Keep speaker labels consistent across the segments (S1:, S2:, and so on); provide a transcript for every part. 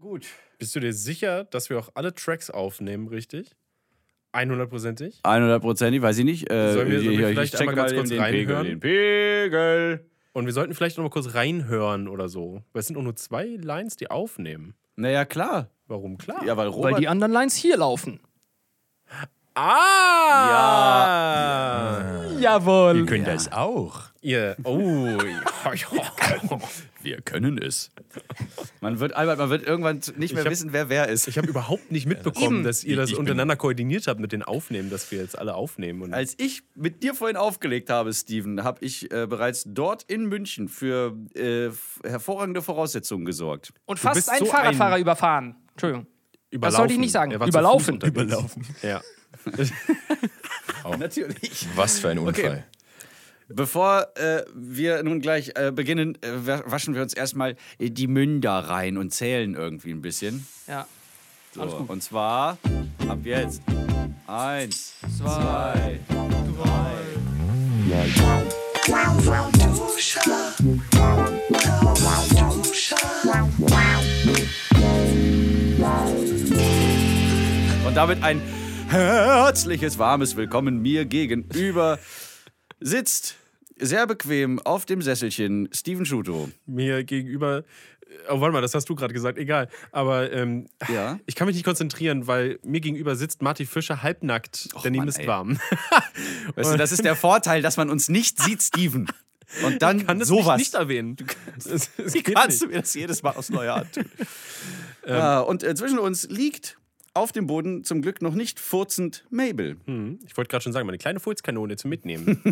S1: gut.
S2: Bist du dir sicher, dass wir auch alle Tracks aufnehmen, richtig? 100%ig?
S1: 100%, weiß ich nicht. Äh,
S2: Sollen wir- sollen wir
S1: hier,
S2: vielleicht
S1: ich checke
S2: einmal ganz
S1: mal
S2: kurz
S1: den Pegel,
S2: reinhören?
S1: den Pegel.
S2: Und wir sollten vielleicht noch mal kurz reinhören oder so. Weil es sind auch nur zwei Lines, die aufnehmen.
S1: Naja, klar.
S2: Warum? Klar.
S1: Ja, weil
S3: Weil
S1: Robert.
S3: die anderen Lines hier laufen.
S2: ah! Ja.
S3: Jawohl.
S4: können das auch.
S2: Ihr, oh,
S1: wir können es. Man wird, Albert, man wird irgendwann zu- nicht mehr
S2: hab-
S1: wissen, wer wer ist.
S2: ich habe überhaupt nicht mitbekommen,
S3: Eben.
S2: dass ihr das
S4: Ich- ich bin-
S2: untereinander koordiniert habt mit den Aufnehmen, dass wir jetzt alle aufnehmen. Und
S3: Äh,
S1: Als ich mit dir vorhin aufgelegt habe, Steven, habe ich äh, bereits dort in München für äh, f- hervorragende Voraussetzungen gesorgt.
S3: Und
S2: bist
S3: fast einen
S2: so
S3: Fahrradfahrer
S2: ein-
S3: überfahren. Entschuldigung.
S2: überlaufen.
S3: sollte ich nicht sagen.
S2: Er war zu
S3: Überlaufen.
S2: Fuß unterwegs.
S4: Überlaufen.
S2: Ja.
S1: Natürlich.
S4: Was für ein Unfall.
S1: Bevor äh, wir nun gleich äh, beginnen, äh, wa- waschen wir uns erstmal äh, die Münder rein und zählen irgendwie ein bisschen.
S3: Ja.
S1: So, und zwar ab jetzt. Eins, zwei, Und damit ein herzliches, warmes Willkommen mir gegenüber sitzt sehr bequem auf dem Sesselchen Steven Schuto.
S2: Mir gegenüber. Oh, warte mal, das hast du gerade gesagt. Egal. Aber ähm,
S1: Ja.
S2: ich kann mich nicht konzentrieren, weil mir gegenüber sitzt Marty Fischer halbnackt, denn ihm
S1: Mann,
S2: ist
S1: ey.
S2: warm.
S1: Weißt du, das ist der Vorteil, dass man uns nicht sieht, Steven. Und dann
S2: kann das
S1: sowas.
S2: nicht, nicht erwähnen. Es, es geht
S1: Kannst du
S2: nicht.
S1: mir das jedes Mal aufs Neue antun? ja, und äh, zwischen uns liegt auf dem Boden zum Glück noch nicht furzend Mabel.
S2: Hm, Ich wollte gerade schon sagen, meine kleine Furzkanone zum Mitnehmen.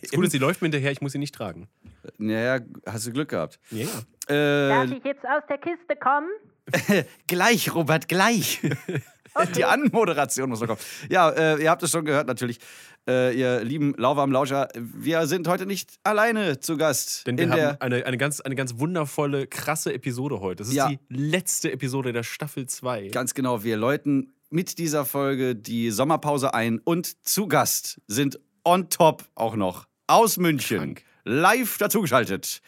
S2: Das Gute ist, sie läuft mir hinterher, ich muss sie nicht tragen.
S1: Naja, hast du Glück gehabt.
S2: Ja, ja.
S1: Äh,
S5: Darf ich jetzt aus der Kiste kommen?
S1: Gleich, Robert, gleich. Die Anmoderation muss noch kommen. Ja, äh, ihr habt es schon gehört natürlich, äh, ihr lieben lauwarmen Lauscher. Wir sind heute nicht alleine zu Gast.
S2: Denn wir
S1: in
S2: haben
S1: der,
S2: eine, eine, ganz, eine ganz wundervolle, krasse Episode heute. Das ist
S1: Ja.
S2: die letzte Episode der Staffel 2.
S1: ganz genau, wir läuten mit dieser Folge die Sommerpause ein und zu Gast sind on top auch noch aus München live dazugeschaltet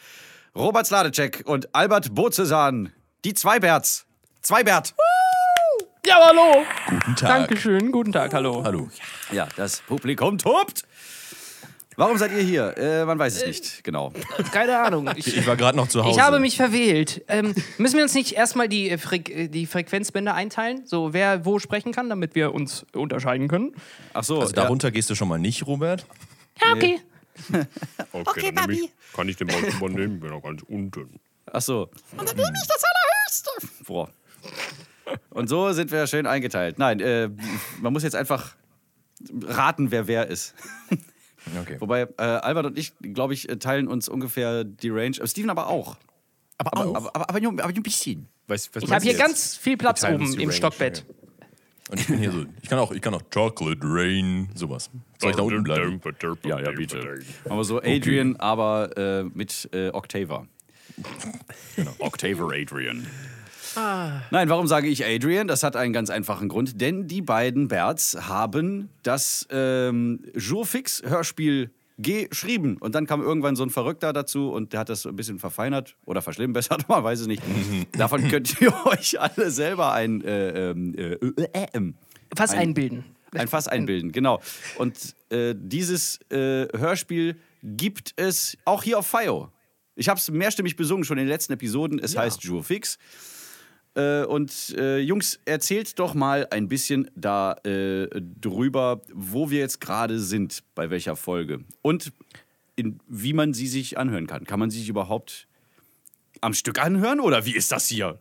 S1: Robert Sladecek und Albert Bozesan, die Zweiberts. Zweibert.
S3: Ja, hallo.
S4: Guten Tag.
S3: Dankeschön. Guten Tag. Hallo.
S4: Hallo.
S1: Ja, das Publikum tobt. Warum seid ihr hier? Äh, man weiß es nicht genau.
S3: Keine Ahnung. Ich,
S4: Ich war gerade noch zu Hause.
S3: ich habe mich verwählt. Ähm, müssen wir uns nicht erstmal die, äh, Freq- äh, die Frequenzbänder einteilen? So, wer wo sprechen kann, damit wir uns unterscheiden können?
S1: Ach so,
S4: Also darunter gehst du schon mal nicht, Robert.
S3: Ja, okay.
S6: Okay, dann nehme ich, kann ich den mal übernehmen, bin noch ganz unten.
S1: ja. Ach so.
S6: Und dann nehme ich das Allerhöchste.
S1: Boah. Und so sind wir schön eingeteilt. Nein, äh, man muss jetzt einfach raten, wer wer ist.
S4: Okay.
S1: Wobei äh, Albert und ich, glaube ich, äh, teilen uns ungefähr die Range. Äh, Steven aber auch. Aber, aber, aber, aber, nur, aber nur ein bisschen.
S2: Was- was
S3: Ich habe
S2: meinst
S3: hier
S2: du jetzt?
S3: ganz viel Platz
S2: teilen uns
S3: oben
S2: die
S3: im
S2: Range,
S3: Stockbett.
S4: Und ich bin hier so. Ich kann auch, ich kann auch Chocolate Rain, sowas. Soll ich da unten bleiben?
S6: Ja, ja,
S4: bitte.
S1: Aber so Adrian, aber äh, mit äh, Octava.
S6: Octave Adrian.
S1: Nein, warum sage ich Adrian? Das hat einen ganz einfachen Grund, denn die beiden Berts haben das ähm, Jourfix-Hörspiel geschrieben. Und dann kam irgendwann so ein Verrückter dazu und der hat das so ein bisschen verfeinert oder verschlimmbessert, man weiß es nicht. Davon könnt ihr euch alle selber ein, äh, ähm, äh, äh, ähm,
S3: Fast einbilden.
S1: ein Fass einbilden, genau. Und äh, dieses äh, Hörspiel gibt es auch hier auf FIO. Ich habe es mehrstimmig besungen schon in den letzten Episoden. Es heißt Jurfix. Äh, und äh, Jungs, erzählt doch mal ein bisschen da äh, drüber, wo wir jetzt gerade sind, bei welcher Folge und in, wie man sie sich anhören kann. Kann man sie sich überhaupt am Stück anhören oder wie ist das hier?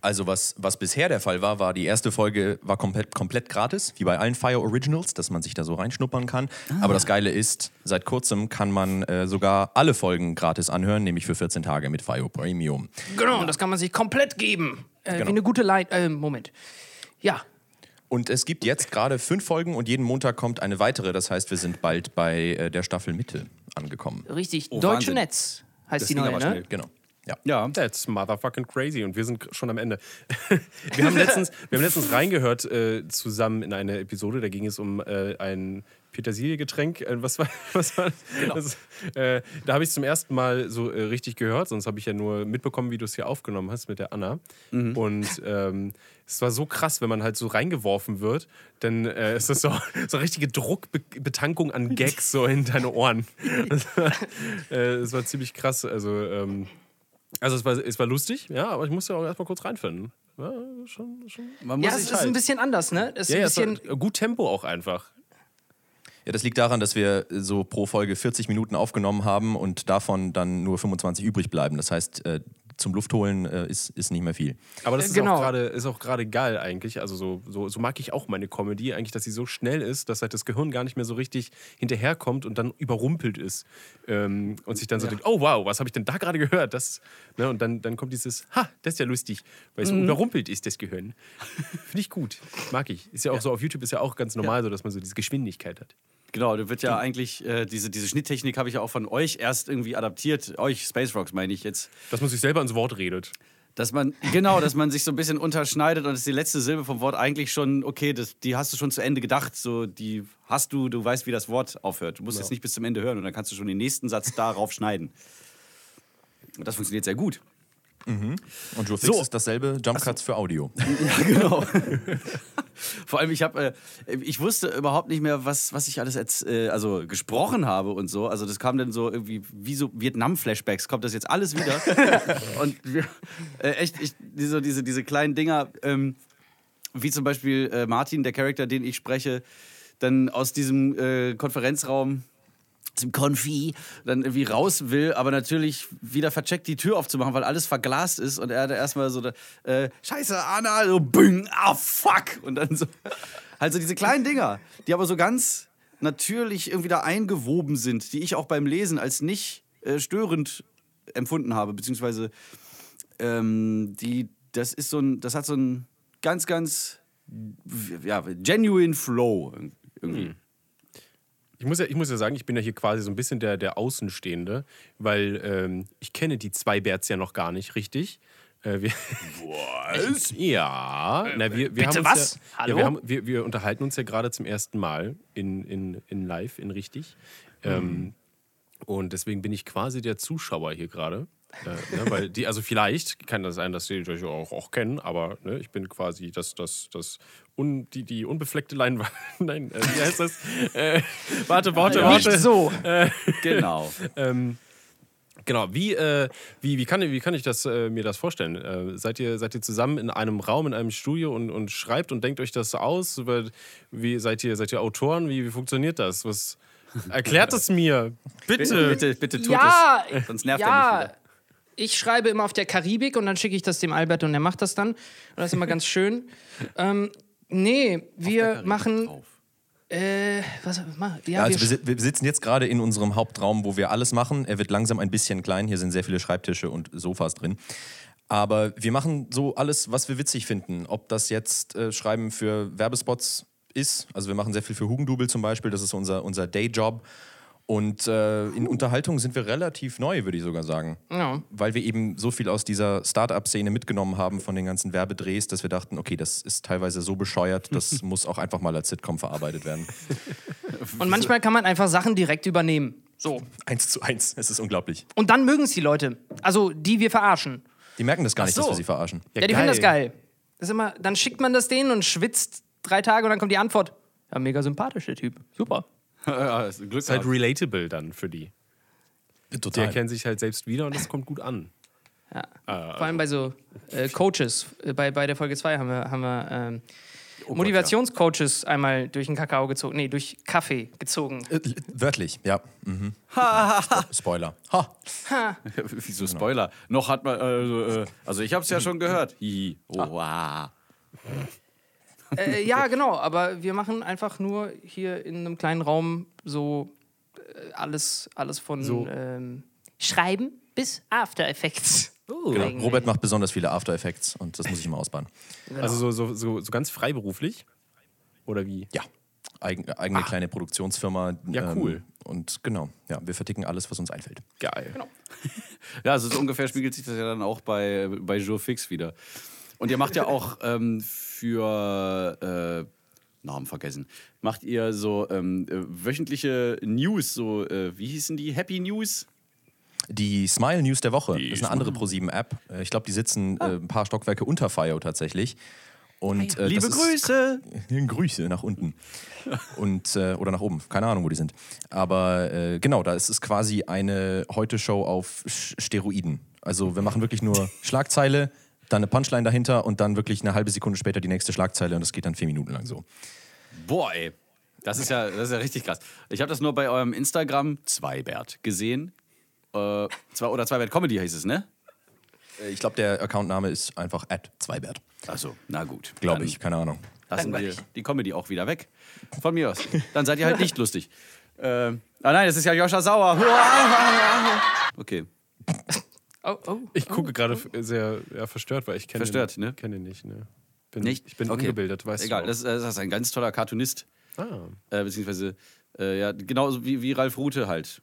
S4: Also was, was bisher der Fall war, war die erste Folge war komplett, komplett gratis, wie bei allen Fire Originals, dass man sich da so reinschnuppern kann. Aber das Geile ist, seit kurzem kann man äh, sogar alle Folgen gratis anhören, nämlich für 14 Tage mit Fire Premium.
S3: Genau, und das kann man sich komplett geben. Äh, Wie
S4: Genau.
S3: eine gute Leit. Äh, Moment. Ja.
S4: Und es gibt jetzt gerade fünf Folgen und jeden Montag kommt eine weitere. Das heißt, wir sind bald bei äh, der Staffel Mitte angekommen.
S3: Richtig,
S1: Oh,
S3: Deutsche
S1: Wahnsinn.
S3: Netz heißt
S1: Das
S3: die
S1: ging
S3: neue,
S1: aber
S3: ne?
S1: schnell.
S4: Genau. Ja.
S1: Ja.
S2: That's motherfucking crazy. Und wir sind schon am Ende. wir, haben letztens, wir haben letztens reingehört äh, zusammen in eine Episode, da ging es um äh, ein Petersiliegetränk. Äh, was war, was war das? das? Äh, da habe ich es zum ersten Mal so äh, richtig gehört, sonst habe ich ja nur mitbekommen, wie du es hier aufgenommen hast mit der Anna. Und ähm, es war so krass, wenn man halt so reingeworfen wird, dann äh, ist das so, so eine richtige Druckbetankung an Gags so in deine Ohren. Das war, äh, es war ziemlich krass. Also, ähm, also es war, es war lustig, ja, aber ich musste auch erstmal kurz reinfinden. Ja, schon, schon.
S1: Man
S3: Ja,
S1: muss halt.
S3: es
S1: sich
S3: ist ein bisschen anders, ne? Es ist
S2: Ja,
S3: ein
S2: ja, es war
S3: bisschen
S2: gut Tempo auch einfach.
S4: Ja, das liegt daran, dass wir so pro Folge 40 Minuten aufgenommen haben und davon dann nur 25 übrig bleiben. Das heißt, äh, zum Luftholen äh, ist, ist nicht mehr viel.
S2: Aber das
S3: Äh,
S2: ist
S3: genau.
S2: auch gerade ist auch gerade geil eigentlich. Also so, so, so mag ich auch meine Comedy eigentlich, dass sie so schnell ist, dass halt das Gehirn gar nicht mehr so richtig hinterherkommt und dann überrumpelt ist ähm, und sich dann so denkt, oh wow, was habe ich denn da gerade gehört? Das, ne? Und dann, dann kommt dieses, ha, das ist ja lustig, weil es so überrumpelt ist das Gehirn. Finde ich gut, mag ich. Ist ja auch so auf YouTube ist ja auch ganz normal so, dass man so diese Geschwindigkeit hat.
S1: Genau, da wird ja eigentlich, äh, diese, diese Schnitttechnik habe ich ja auch von euch erst irgendwie adaptiert, euch Space Rocks meine ich jetzt,
S2: Dass man sich selber ans Wort redet.
S1: dass man, genau, dass man sich so ein bisschen unterschneidet und dass die letzte Silbe vom Wort eigentlich schon, okay, das, die hast du schon zu Ende gedacht, so, die hast du, du weißt, wie das Wort aufhört. Du musst jetzt nicht bis zum Ende hören und dann kannst du schon den nächsten Satz darauf schneiden. Und das funktioniert sehr gut.
S4: Und Joe Fix
S1: So.
S4: ist dasselbe, Jump Cuts für Audio.
S1: genau. Vor allem, ich habe, äh, ich wusste überhaupt nicht mehr, was, was ich alles jetzt, äh, also gesprochen habe und so. Also das kam dann so irgendwie, wie so Vietnam-Flashbacks, kommt das jetzt alles wieder. und wir, äh, echt, ich, diese, diese, diese kleinen Dinger, ähm, wie zum Beispiel äh, Martin, der Charakter, den ich spreche, dann aus diesem äh, Konferenzraum aus dem Konfi dann irgendwie raus will, aber natürlich wieder vercheckt die Tür aufzumachen, weil alles verglast ist und er da erstmal so, äh, scheiße, Anna, so büng, ah, fuck. Und dann so, also diese kleinen Dinger, die aber so ganz natürlich irgendwie da eingewoben sind, die ich auch beim Lesen als nicht äh, störend empfunden habe, beziehungsweise ähm, die, das ist so ein, das hat so ein ganz, ganz, ja, genuine Flow irgendwie.
S2: Ich muss, ja, ich muss ja sagen, ich bin ja hier quasi so ein bisschen der, der Außenstehende, weil ähm, ich kenne die zwei Bärts ja noch gar nicht richtig. Äh, wir, was? Ja. Na, wir, wir haben
S3: bitte
S2: uns
S3: was?
S2: Ja,
S3: Hallo?
S2: Ja, wir, haben, wir, wir unterhalten uns ja gerade zum ersten Mal in, in, in live, in richtig.
S3: Hm.
S2: Ähm, und deswegen bin ich quasi der Zuschauer hier gerade. Äh, ne, weil die, also vielleicht kann das sein, dass die euch auch, auch kennen, aber ne, ich bin quasi das, das, das un, die, die unbefleckte Leinwand. Nein, äh, wie heißt das? Äh, warte, warte, warte.
S3: nicht so.
S1: Genau.
S2: Genau, wie, äh, wie, wie, kann, wie kann ich das, äh, mir das vorstellen? Äh, seid, ihr, seid ihr zusammen in einem Raum, in einem Studio und, und schreibt und denkt euch das aus? Über, wie, seid, ihr, seid ihr Autoren? Wie, wie funktioniert das? Was, erklärt es mir, bitte.
S1: Bitte, bitte tut
S3: Ja,
S1: es. Sonst nervt er
S3: ja.
S1: mich wieder.
S3: Ich schreibe immer auf der Karibik und dann schicke ich das dem Albert und er macht das dann. Und das ist immer ganz schön. Ähm, nee, wir machen. Äh, was, ma- ja,
S4: Ja,
S3: wir
S4: also wir,
S3: sch-
S4: si- wir sitzen jetzt gerade in unserem Hauptraum, wo wir alles machen. Er wird langsam ein bisschen klein. Hier sind sehr viele Schreibtische und Sofas drin. Aber wir machen so alles, was wir witzig finden. Ob das jetzt äh, Schreiben für Werbespots ist. Also wir machen sehr viel für Hugendubel zum Beispiel. Das ist unser, unser Dayjob. Und äh, in Unterhaltung sind wir relativ neu, würde ich sogar sagen.
S3: Ja.
S4: Weil wir eben so viel aus dieser Start-up-Szene mitgenommen haben von den ganzen Werbedrehs, dass wir dachten, okay, das ist teilweise so bescheuert, das muss auch einfach mal als Sitcom verarbeitet werden.
S3: und manchmal kann man einfach Sachen direkt übernehmen. So.
S4: Eins zu eins. Es ist unglaublich.
S3: Und dann mögen es die Leute. Also, die wir verarschen.
S4: Die merken das gar nicht,
S1: so.
S4: dass wir sie verarschen.
S3: Ja, die finden das geil. Das ist immer, dann schickt man das denen und schwitzt drei Tage und dann kommt die Antwort. Ja, mega sympathisch, der Typ. Super.
S1: Ja, ist ein Glück
S2: Ist halt
S1: gehabt.
S2: relatable dann für die. Die
S4: Total.
S2: erkennen sich halt selbst wieder und das kommt gut an.
S3: Vor allem bei so äh, Coaches. Äh, Bei, bei der Folge 2 haben wir, haben wir ähm, Motivationscoaches einmal durch den Kakao gezogen. Nee, durch Kaffee gezogen.
S4: äh, Wörtlich, ja. Mhm. Spo- Spoiler. Ha. genau.
S1: Wieso Spoiler? Noch hat man, also, äh, also ich habe es ja schon gehört. Hihi. Oh, wow.
S3: Äh, ja, genau. Aber wir machen einfach nur hier in einem kleinen Raum so äh, alles, alles von ähm, Oh. Schreiben bis After Effects.
S4: Genau. Robert macht besonders viele After Effects und das muss ich mal ausbauen.
S2: Also so, so, so, so ganz freiberuflich? Oder wie?
S4: Ja. eigen, eigene kleine Produktionsfirma. ähm,
S2: Ja, cool.
S4: und genau, ja, wir verticken alles, was uns einfällt.
S2: Geil.
S1: Ja, also so ungefähr spiegelt sich das ja dann auch bei, bei Joe Fix wieder. Und ihr macht ja auch ähm, für äh, Namen vergessen. Macht ihr so ähm, äh, wöchentliche News, so äh, wie hießen die? Happy News?
S4: Die Smile News der Woche das ist eine andere ProSieben-App. Äh, Ich glaube, die sitzen äh, ein paar Stockwerke unter FIO tatsächlich. Und, äh,
S1: Liebe
S4: das ist-
S1: Grüße!
S4: Grüße nach unten. Und, äh, oder nach oben. Keine Ahnung, wo die sind. Aber äh, genau, da ist es quasi eine Heute-Show auf Sch- Steroiden. Also wir machen wirklich nur Schlagzeile, dann eine Punchline dahinter und dann wirklich eine halbe Sekunde später die nächste Schlagzeile und das geht dann vier Minuten lang so.
S1: Boah, ey. Das ist ja, das ist ja richtig krass. Ich habe das nur bei eurem Instagram Zweibert gesehen. Äh, zwei, oder Zweibert Comedy hieß es, ne?
S4: Äh, Ich glaube, der Accountname ist einfach at Zweibert, ähm,
S1: Also, na gut.
S4: glaube
S1: Dann
S4: ich. Keine Ahnung.
S1: Lassen wir die Comedy auch wieder weg. Von mir aus. Dann seid ihr halt nicht lustig. Äh, ah nein, das ist ja Joscha Sauer. Okay.
S3: Oh, oh.
S2: Ich gucke gerade f- sehr ja, verstört, weil ich kenne
S1: Verstört,
S2: den,
S1: ne?
S2: Kenne ihn nicht, ne? Bin,
S1: Nicht?
S2: Ich bin
S1: okay.
S2: ungebildet, weißt
S1: Egal,
S2: du. Ah.
S1: das, ist- das ist ein ganz toller Cartoonist.
S2: Egal.
S1: Äh, beziehungsweise, äh, ja, genauso wie, wie Ralf Rute halt.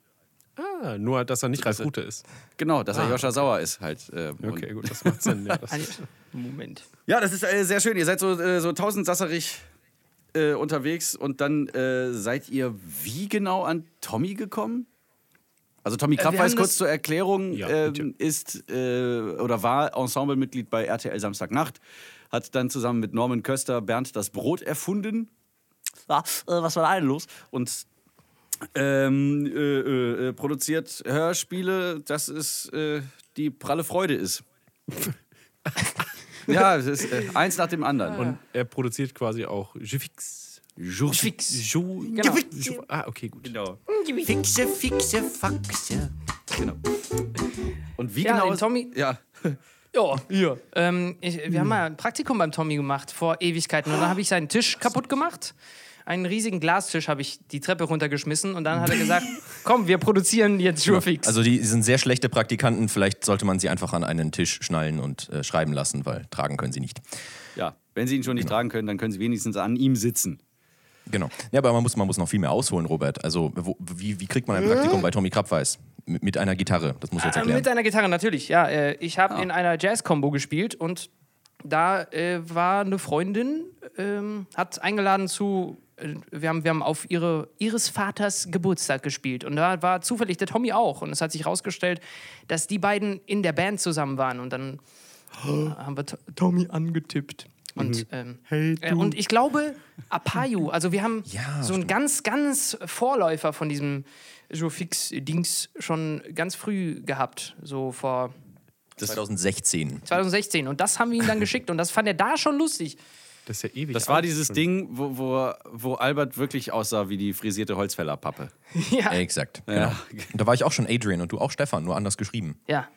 S2: Ah, ah, nur, dass er nicht Ralf Rute ist.
S1: Genau, dass er Joscha Sauer ist halt. äh, und-
S2: Ah, Okay, gut, das macht Sinn. Ja, das
S3: Ein- Moment.
S1: Ja, das ist äh, sehr schön. Ihr seid so, äh, so tausendsasserig äh, unterwegs und dann äh, seid ihr wie genau an Tommy gekommen? Also Tommy
S3: Äh, wir
S1: Krappweis,
S3: haben
S1: kurz
S3: das-
S1: zur Erklärung,
S2: Ja,
S1: ähm, ist äh, oder war Ensemblemitglied bei RTL Samstagnacht, hat dann zusammen mit Norman Köster Bernd das Brot erfunden. Ja, äh, was war da denn los? Und ähm, äh, äh, äh, produziert Hörspiele, dass es äh, die pralle Freude ist. ja, es ist äh, eins nach dem anderen.
S2: und er produziert quasi auch Jufix.
S1: Jurfix.
S2: Ju,
S3: Genau.
S2: Ju, ah, okay, gut.
S1: Genau.
S7: Fixe, fixe, faxe.
S1: genau. Und wie
S3: Ja,
S1: genau
S3: den
S1: ist-
S3: Tommy-
S1: Ja.
S3: Ja, hier. Ähm, ich, wir haben mal ein Praktikum beim Tommy gemacht vor Ewigkeiten. Und dann habe ich seinen Tisch kaputt gemacht. Einen riesigen Glastisch habe ich die Treppe runtergeschmissen. Und dann hat er gesagt: Komm, wir produzieren jetzt Jurfix.
S4: Also die sind sehr schlechte Praktikanten. Vielleicht sollte man sie einfach an einen Tisch schnallen und äh, schreiben lassen, weil tragen können sie nicht.
S1: ja, Genau. wenn sie ihn schon nicht tragen können, dann können sie wenigstens an ihm sitzen.
S4: Genau. Ja, aber man muss, man muss noch viel mehr ausholen, Robert. Also, wo, wie, wie kriegt man ein Praktikum bei Tommy Krabweis? Mit, mit einer Gitarre, das muss ich jetzt
S3: Äh,
S4: erklären.
S3: Mit einer Gitarre, natürlich, ja. Äh, ich habe in einer Jazz-Combo gespielt und da äh, war eine Freundin, ähm, hat eingeladen zu. äh, Wir haben, wir haben auf ihre, ihres Vaters Geburtstag gespielt. Und da war zufällig der Tommy auch. Und es hat sich herausgestellt, dass die beiden in der Band zusammen waren. Und dann äh, haben wir To- Tommy angetippt. Und, ähm, äh, und ich glaube, Apayu, also wir haben so einen ganz, ganz Vorläufer von diesem Jofix-Dings schon ganz früh gehabt, so vor
S4: 2016.
S3: 2016. Und das haben wir ihm dann geschickt und das fand er da schon lustig.
S2: Das ist ja ewig.
S1: Das war
S2: alt
S1: dieses
S2: schon.
S1: Ding, wo, wo, wo Albert wirklich aussah wie die frisierte Holzfällerpappe.
S3: ja. Mhm.
S4: Exakt. Genau. Und da war ich auch schon Adrian und du auch Stefan, nur anders geschrieben.
S3: ja.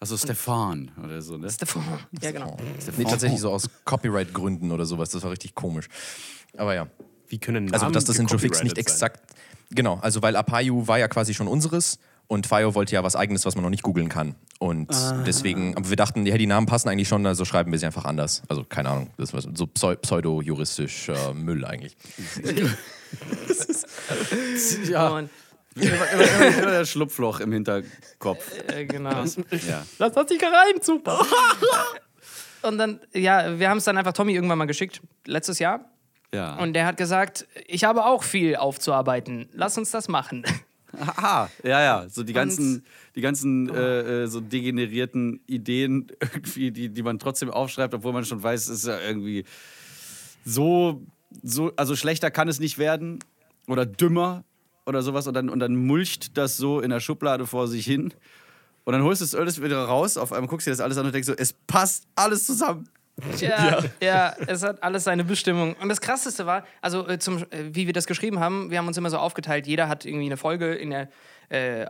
S1: Also Stefan oder so, ne?
S3: Stefan. Ja, genau.
S4: Nee, tatsächlich so aus Copyright-Gründen oder sowas. Das war richtig komisch. Aber ja.
S2: Wie können Namen
S4: Also, dass das in Jofix nicht
S2: gecopyrightet
S4: exakt. Genau, also weil Apayu war ja quasi schon unseres und Fio wollte ja was eigenes, was man noch nicht googeln kann. Und deswegen, aber wir dachten, ja, die Namen passen eigentlich schon, also schreiben wir sie einfach anders. Also keine Ahnung, das war so pseu pseudo-juristisch äh, Müll eigentlich.
S1: Ja,
S3: Und,
S1: immer, immer, immer, immer das Schlupfloch im Hinterkopf.
S3: äh, genau.
S1: Ja.
S3: Lass das nicht rein, super. und dann, ja, wir haben es dann einfach Tommy irgendwann mal geschickt, letztes Jahr.
S1: ja.
S3: Und der hat gesagt, ich habe auch viel aufzuarbeiten. Lass uns das machen.
S1: Aha, ja, ja. So die ganzen, die ganzen äh, äh, so degenerierten Ideen, irgendwie, die, die man trotzdem aufschreibt, obwohl man schon weiß, es ist ja irgendwie so, so, also schlechter kann es nicht werden oder dümmer oder sowas. Und dann, und dann mulcht das so in der Schublade vor sich hin. Und dann holst du es alles wieder raus, auf einmal guckst du dir das alles an und denkst so, es passt alles zusammen.
S3: Ja, ja, es hat alles seine Bestimmung. Und das Krasseste war, also äh, zum, äh, wie wir das geschrieben haben, wir haben uns immer so aufgeteilt, jeder hat irgendwie eine Folge in der äh,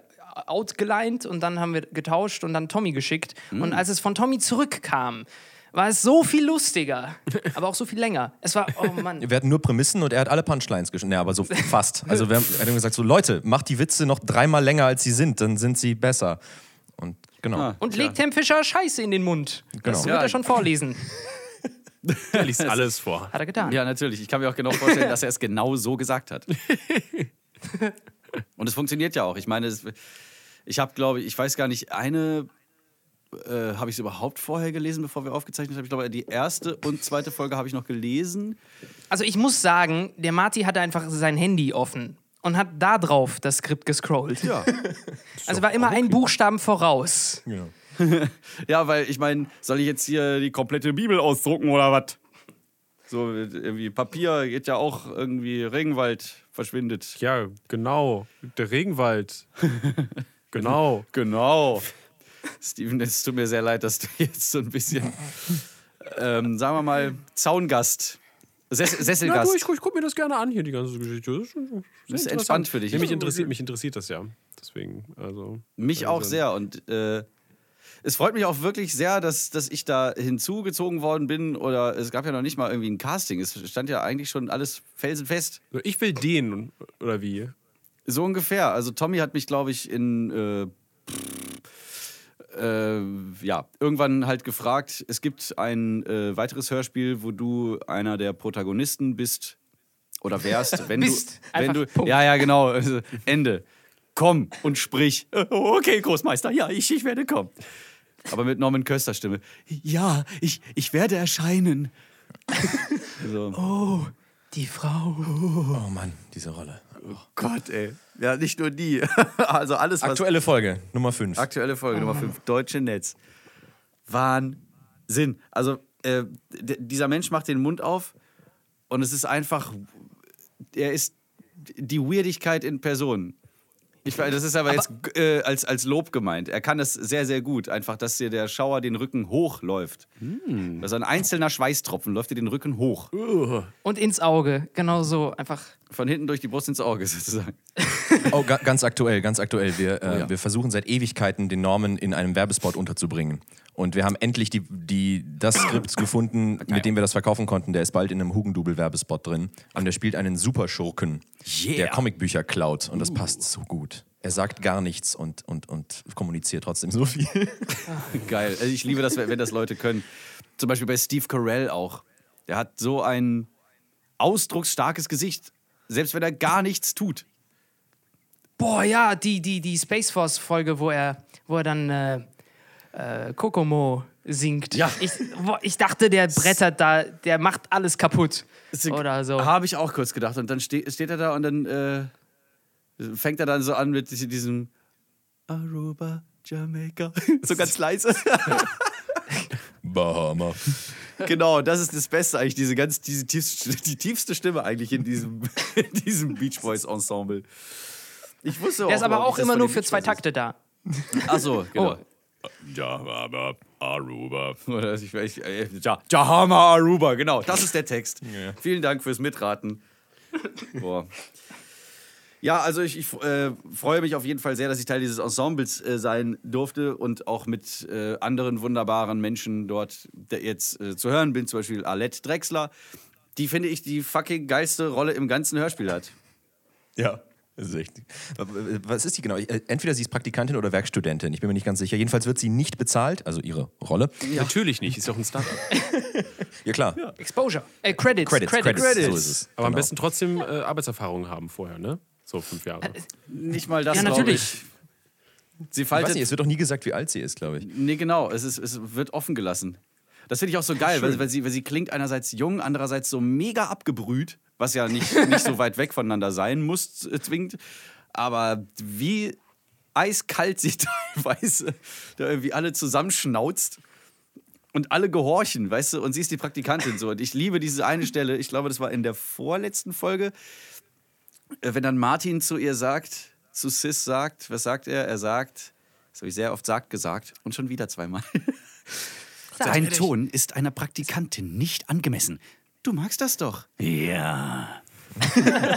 S3: outgeleint und dann haben wir getauscht und dann Tommy geschickt. Und als es von Tommy zurückkam, war es so viel lustiger, aber auch so viel länger. Es war, oh Mann.
S4: Wir hatten nur Prämissen und er hat alle Punchlines geschrieben. Ja, aber so fast. Also wir haben, er hat gesagt, so Leute, macht die Witze noch dreimal länger, als sie sind, dann sind sie besser. Und genau.
S3: Und legt Herrn Fischer Scheiße in den Mund. Das
S4: Genau.
S3: wird er schon vorlesen.
S2: Der liest alles vor.
S3: Hat er getan.
S1: Ja, natürlich. Ich kann mir auch genau vorstellen, dass er es genau so gesagt hat. Und es funktioniert ja auch. Ich meine, es, ich habe, glaube ich, ich weiß gar nicht, eine äh, habe ich es überhaupt vorher gelesen, bevor wir aufgezeichnet haben. Ich glaube, die erste und zweite Folge habe ich noch gelesen.
S3: Also ich muss sagen, der Marty hatte einfach sein Handy offen und hat da drauf das Skript gescrollt.
S1: Ja.
S3: Also war immer ein Buchstaben voraus.
S1: Ja, weil ich meine, soll ich jetzt hier die komplette Bibel ausdrucken oder was? So äh, irgendwie Papier geht ja auch irgendwie Regenwald verschwindet.
S2: Ja, genau. Der Regenwald. genau.
S1: Genau. Steven, es tut mir sehr leid, dass du jetzt so ein bisschen, ähm, sagen wir mal, Zaungast, Ses
S2: Na
S1: Sesselgast.
S2: du, ich, ich gucke mir das gerne an hier, die ganze Geschichte. Das ist, schon- schon sehr
S1: ist
S2: interessant.
S1: entspannt für dich.
S2: Ja, mich, interessiert, mich interessiert das ja. Deswegen, also.
S1: Mich
S2: also
S1: auch sehr. Und äh, es freut mich auch wirklich sehr, dass, dass ich da hinzugezogen worden bin. Oder es gab ja noch nicht mal irgendwie ein Casting. Es stand ja eigentlich schon alles felsenfest.
S2: So, Ich will den, oder wie?
S1: So ungefähr. Also Tommy hat mich, glaube ich, in äh, äh, ja, irgendwann halt gefragt, es gibt ein äh, weiteres Hörspiel, wo du einer der Protagonisten bist oder wärst, wenn
S3: Bist.
S1: du wenn
S3: Einfach
S1: du
S3: Punkt.
S1: Ja, ja, genau, also, Ende. Komm und sprich. Äh, Okay, Großmeister, ja, ich, ich werde kommen. Aber mit Norman Köster Stimme. Ja, ich, ich werde erscheinen. so.
S3: Die Frau.
S4: Oh Mann, diese Rolle.
S1: Gott, ey. Ja, nicht nur die. also alles, was
S4: Aktuelle Folge, Nummer 5.
S1: Aktuelle Folge Nummer 5, Deutsche Netz. Wahnsinn. Also, äh, d- dieser Mensch macht den Mund auf und es ist einfach, er ist die Weirdigkeit in Person. Ich weiß, das ist aber, jetzt äh, als, als Lob gemeint. Er kann das sehr, sehr gut. Einfach, dass dir der Schauer den Rücken hochläuft. Also ein einzelner Schweißtropfen läuft dir den Rücken hoch.
S3: Und ins Auge. Genau so. Einfach.
S1: Von hinten durch die Brust ins Auge sozusagen.
S4: Oh, ga, ganz aktuell, ganz aktuell. Wir, äh, wir versuchen seit Ewigkeiten, den Norman in einem Werbespot unterzubringen. Und wir haben endlich die, die, das Skript gefunden, mit dem wir das verkaufen konnten. Der ist bald in einem Hugendubel-Werbespot drin. Und der spielt einen Superschurken, der Comicbücher klaut. Und das passt so gut. Er sagt gar nichts und, und, und kommuniziert trotzdem so viel.
S1: Geil. Also ich liebe das, wenn wenn das Leute können. Zum Beispiel bei Steve Carell auch. Der hat so ein ausdrucksstarkes Gesicht, selbst wenn er gar nichts tut.
S3: Boah, ja, die, die, die Space Force-Folge, wo er, wo er dann äh, äh, Kokomo singt.
S1: Ja.
S3: Ich, boah, ich dachte, der brettert da, der macht alles kaputt. Oder so.
S1: Habe ich auch kurz gedacht. Und dann ste steht er da und dann äh, fängt er dann so an mit dies- diesem Aruba, Jamaica. so ganz leise.
S4: Bahama.
S1: genau, das ist das Beste eigentlich, diese ganz, diese tiefste, die tiefste Stimme eigentlich in diesem, in diesem Beach Boys Ensemble. Ich wusste auch
S3: Der ist aber
S1: überhaupt
S3: auch
S1: nicht, dass
S3: immer
S1: von
S3: nur
S1: den
S3: für
S1: Beach
S3: zwei
S1: Boys ist.
S3: Takte da.
S1: Ach so, genau.
S6: Ja, aber Aruba.
S1: Oder ich, ich, äh, ja, Jahama Aruba, genau, das ist der Text. Vielen Dank fürs Mitraten. Boah. Ja, also ich, ich äh, freue mich auf jeden Fall sehr, dass ich Teil dieses Ensembles äh, sein durfte und auch mit äh, anderen wunderbaren Menschen dort der jetzt äh, zu hören bin, zum Beispiel Alette Drexler, die finde ich die fucking geilste Rolle im ganzen Hörspiel hat.
S4: Ja. Das ist echt. Was ist die genau? Ich- äh, Entweder sie ist Praktikantin oder Werkstudentin. Ich bin mir nicht ganz sicher. Jedenfalls wird sie nicht bezahlt, also ihre Rolle.
S2: Natürlich nicht, ist doch ein Startup.
S4: Ja, klar.
S3: Exposure. Äh, Credits.
S4: Credits, Credits, So
S1: Credits.
S4: ist es.
S2: Aber am
S4: Genau.
S2: besten trotzdem äh, Arbeitserfahrung haben vorher, ne? So fünf Jahre.
S1: Nicht mal das,
S3: Ja,
S1: glaub
S3: natürlich.
S1: Ich. Sie
S4: Ich weiß
S1: faltet
S4: nicht, es wird auch nie gesagt, wie alt sie ist, glaube ich.
S1: Nee, genau. Es, ist, es wird offen gelassen. Das finde ich auch so geil, weil, weil, sie, weil sie klingt einerseits jung, andererseits so mega abgebrüht, was ja nicht, nicht so weit weg voneinander sein muss, äh, zwingend. Aber wie eiskalt sie teilweise da irgendwie alle zusammenschnauzt und alle gehorchen, weißt du? Und sie ist die Praktikantin so. Und ich liebe diese eine Stelle, ich glaube, das war in der vorletzten Folge, äh, wenn dann Martin zu ihr sagt, zu Sis sagt, was sagt er? Er sagt, das habe ich sehr oft sagt gesagt und schon wieder zweimal. Sein Ton ist einer Praktikantin nicht angemessen. Du magst das doch. Ja.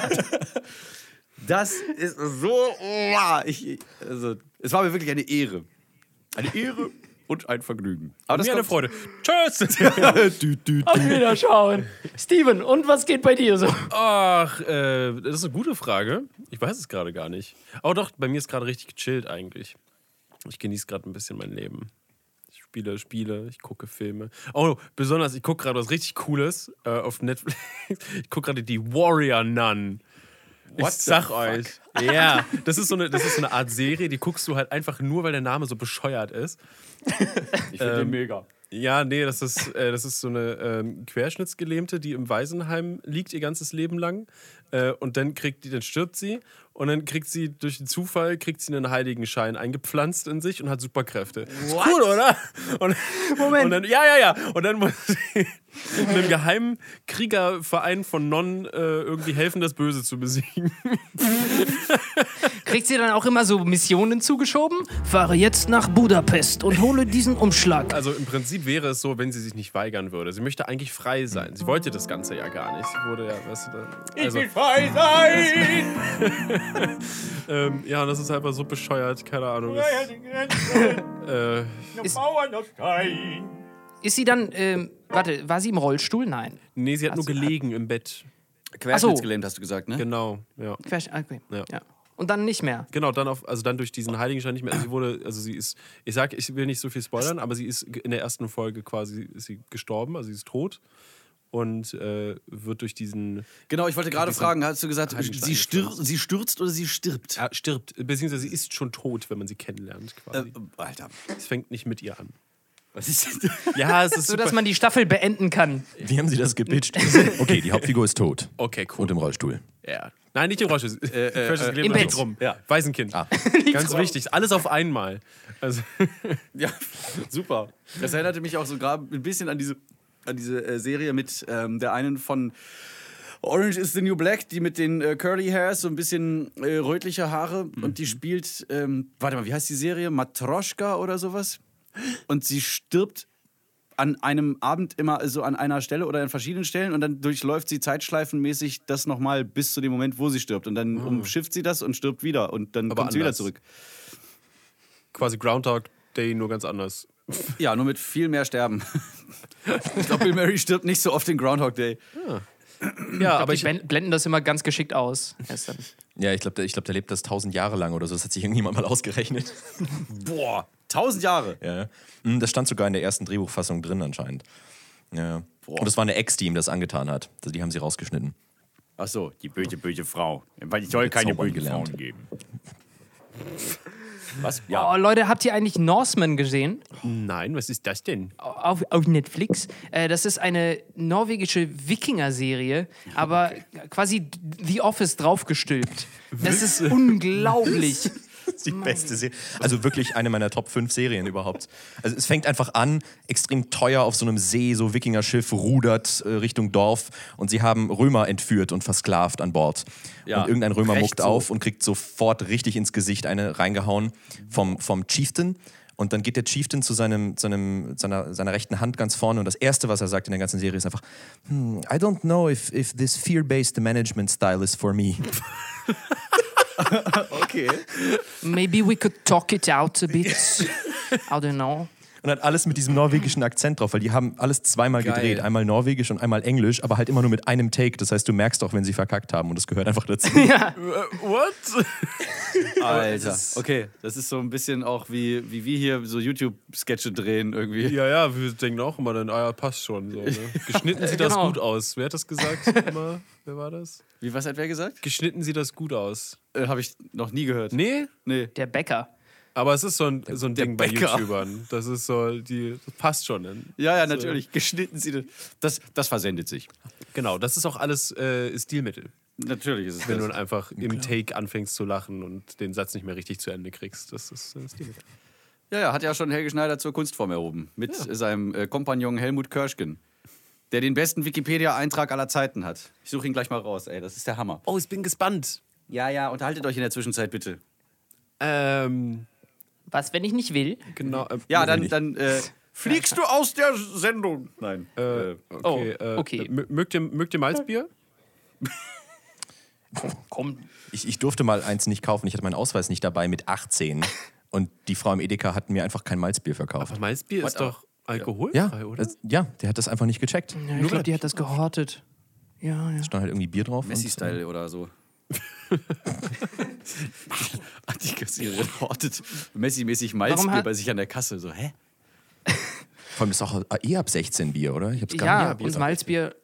S1: das ist so. uah, Ich, also, es war mir wirklich eine Ehre. Eine Ehre und ein Vergnügen. Aber das
S2: Mir eine Freude.
S1: kommt-
S2: Tschüss!
S1: Dü, dü, dü.
S3: Auf Wiederschauen. Steven, und was geht bei dir so?
S2: Ach, äh, das ist eine gute Frage. Ich weiß es gerade gar nicht. Aber doch, bei mir ist gerade richtig gechillt eigentlich. Ich genieße gerade ein bisschen mein Leben. Ich spiele Spiele, ich gucke Filme. Oh, besonders, ich gucke gerade was richtig Cooles äh, auf Netflix. Ich gucke gerade die Warrior Nun. ich sag euch. Ja, das, ist so eine, das ist so eine Art Serie, die guckst du halt einfach nur, weil der Name so bescheuert ist.
S1: Ich finde den mega.
S2: Ja, nee, das ist, äh, das ist so eine ähm, Querschnittsgelähmte, die im Waisenheim liegt ihr ganzes Leben lang. Äh, und dann kriegt die, dann stirbt sie und dann kriegt sie durch den Zufall, kriegt sie einen Heiligenschein eingepflanzt in sich und hat Superkräfte. Ist cool, oder? Und, Moment. Und dann, ja, ja, ja. Und dann muss sie einem geheimen Kriegerverein von Nonnen äh, irgendwie helfen, das Böse zu besiegen.
S3: Kriegt sie dann auch immer so Missionen zugeschoben? Fahre jetzt nach Budapest und hole diesen Umschlag.
S2: Also im Prinzip wäre es so, wenn sie sich nicht weigern würde. Sie möchte eigentlich frei sein. Sie wollte das Ganze ja gar nicht. Sie wurde ja, weißt du, dann, also,
S1: frei sein!
S2: ähm, ja, und das ist einfach so bescheuert, keine Ahnung. Es, äh,
S3: Ist sie dann, ähm, warte, war sie im Rollstuhl? Nein.
S2: nee, sie hat nur gelegen im Bett.
S1: Querschnittsgelähmt hast du gesagt, ne?
S2: Genau, ja.
S3: Quersch- ah, Okay.
S2: Ja.
S3: Ja. Und dann nicht mehr.
S2: Genau, dann auf, also dann durch diesen Heiligenschein nicht mehr. Also sie wurde, also sie ist, ich sag, ich will nicht so viel spoilern, aber sie ist in der ersten Folge quasi ist sie gestorben, also sie ist tot und äh, wird durch diesen
S1: Genau, ich wollte gerade fragen, hast du gesagt, sie, stür sie stürzt oder sie stirbt?
S2: äh, stirbt, beziehungsweise sie ist schon tot, wenn man sie kennenlernt.
S1: Äh,
S2: Quasi.
S1: Alter,
S2: es fängt nicht mit ihr an.
S1: was ist denn?
S2: Ja, es ist
S3: So
S2: super.
S3: dass man die Staffel beenden kann.
S4: Wie haben sie das gepitcht? Okay, die Hauptfigur ist tot.
S2: okay, Oh, cool.
S4: Und im Rollstuhl.
S2: Ja. Nein, nicht im Rollstuhl. Äh, äh,
S3: im Bett.
S2: Rum. Ja. Ah. Waisenkind. Ganz wichtig. Alles auf einmal. Also,
S1: Ja, super. Das erinnerte mich auch sogar ein bisschen an diese, an diese äh, Serie mit ähm, der einen von Orange is the New Black, die mit den äh, Curly Hairs, so ein bisschen äh, rötliche Haare. Und
S2: Mhm.
S1: die spielt, ähm, warte mal, wie heißt die Serie? Matroschka oder sowas? Und sie stirbt an einem Abend immer so an einer Stelle oder an verschiedenen Stellen und dann durchläuft sie zeitschleifenmäßig das nochmal bis zu dem Moment, wo sie stirbt. Und dann umschifft sie das und stirbt wieder und dann
S2: Ah. Aber
S1: kommt sie wieder
S2: anders.
S1: zurück.
S2: quasi Groundhog Day, nur ganz anders.
S1: Ja, nur mit viel mehr Sterben. ich glaube, Bill Murray stirbt nicht so oft in Groundhog Day.
S2: Ja, aber
S3: Aber
S2: ich,
S3: die ben- blenden das immer ganz geschickt aus. Erst dann.
S4: Ja, ich glaube, der, ich glaub, der lebt das tausend Jahre lang oder so. Das hat sich irgendjemand mal ausgerechnet.
S1: Boah, tausend Jahre.
S4: Ja. Hm, Das stand sogar in der ersten Drehbuchfassung drin anscheinend. Ja. Und das war eine Ex, die ihm das angetan hat. Also die haben sie rausgeschnitten.
S1: Ach so, die böse, böse Frau. Weil ich soll
S4: keine bösen gelernt. Frauen
S1: geben. Was?
S3: Oh,
S1: Ja.
S3: Leute, habt ihr eigentlich Norseman gesehen?
S2: nein, was ist das denn?
S3: auf, auf Netflix. Äh, das ist eine norwegische Wikinger-Serie, aber quasi The Office draufgestülpt. Das ist unglaublich.
S4: Das ist die beste Serie. Also wirklich eine meiner Top 5 Serien überhaupt. Also es fängt einfach an, extrem teuer auf so einem See, so Wikingerschiff rudert äh, Richtung Dorf und sie haben Römer entführt und versklavt an Bord.
S1: Ja,
S4: und irgendein Römer
S1: recht
S4: muckt
S1: so.
S4: auf und kriegt sofort richtig ins Gesicht eine reingehauen vom, vom Chieftain. Und dann geht der Chieftain zu seinem, seinem, seiner, seiner rechten Hand ganz vorne und das Erste, was er sagt in der ganzen Serie, ist einfach, hm, I don't know if, if this fear-based management style is for me.
S1: Okay.
S3: Maybe we could talk it out a bit. I don't know.
S4: Und hat alles mit diesem norwegischen Akzent drauf, weil die haben alles zweimal
S1: Geil.
S4: gedreht. Einmal norwegisch und einmal englisch, aber halt immer nur mit einem Take. Das heißt, du merkst auch, wenn sie verkackt haben und das gehört einfach dazu.
S2: What?
S1: Alter. Okay, das ist so ein bisschen auch wie, wie wir hier so YouTube-Sketche drehen irgendwie.
S2: Ja, ja, wir denken auch immer dann, ah ja, passt schon. So, ne? Geschnitten sieht das
S3: Genau.
S2: gut aus. Wer hat das gesagt? Immer? Wer war das?
S1: Wie, was hat wer gesagt?
S2: Geschnitten sieht das gut aus.
S1: Äh, Habe ich noch nie gehört.
S2: Nee,
S1: Nee.
S3: Der Bäcker.
S2: aber es ist so ein, so ein
S1: der
S2: Ding bei
S1: Bäcker.
S2: YouTubern. Das ist so, die das passt schon. ne? Dann.
S1: Ja, ja, natürlich. Geschnitten sieht das. Das versendet sich.
S2: Genau, das ist auch alles äh, Stilmittel.
S1: Natürlich ist es
S2: Wenn du
S1: das.
S2: dann einfach im Take anfängst zu lachen und den Satz nicht mehr richtig zu Ende kriegst. Das ist äh, Stilmittel.
S1: Ja, ja, hat ja schon Helge Schneider zur Kunstform erhoben. Mit seinem äh, Kompagnon Helmut Körschgen. Der den besten Wikipedia-Eintrag aller Zeiten hat. Ich suche ihn gleich mal raus, ey. Das ist der Hammer.
S2: Oh, ich bin gespannt.
S1: Ja, ja, unterhaltet euch in der Zwischenzeit bitte.
S2: Ähm,
S3: Was, wenn ich nicht will?
S2: genau. äh,
S1: Ja, dann, dann äh, fliegst du aus der Sendung. Ähm. Nein.
S2: Äh, okay. äh,
S3: okay.
S2: mö- Mögt ihr, mögt ihr Malzbier?
S3: Komm.
S4: Ich, ich durfte mal eins nicht kaufen. Ich hatte meinen Ausweis nicht dabei mit 18. Und die Frau im Edeka hat mir einfach kein Malzbier verkauft.
S2: Aber Malzbier ist doch
S4: Ja,
S2: alkoholfrei, oder?
S4: das, Äh, ja, der hat das einfach nicht gecheckt.
S3: Ja, ich glaube, die hat das gehortet. Ja, ja.
S4: Stand halt irgendwie Bier drauf. und,
S1: Messi-Style oder so. Hat die Kassiererin hortet Messi-mäßig Malzbier
S3: Warum hat-
S1: bei sich an der Kasse. So, hä?
S4: Vor allem das ist auch eh ab 16 Bier, oder? Ich hab's gar
S3: Ja,
S4: nicht.
S2: Bierbier
S3: und
S2: sagen.
S3: Malzbier.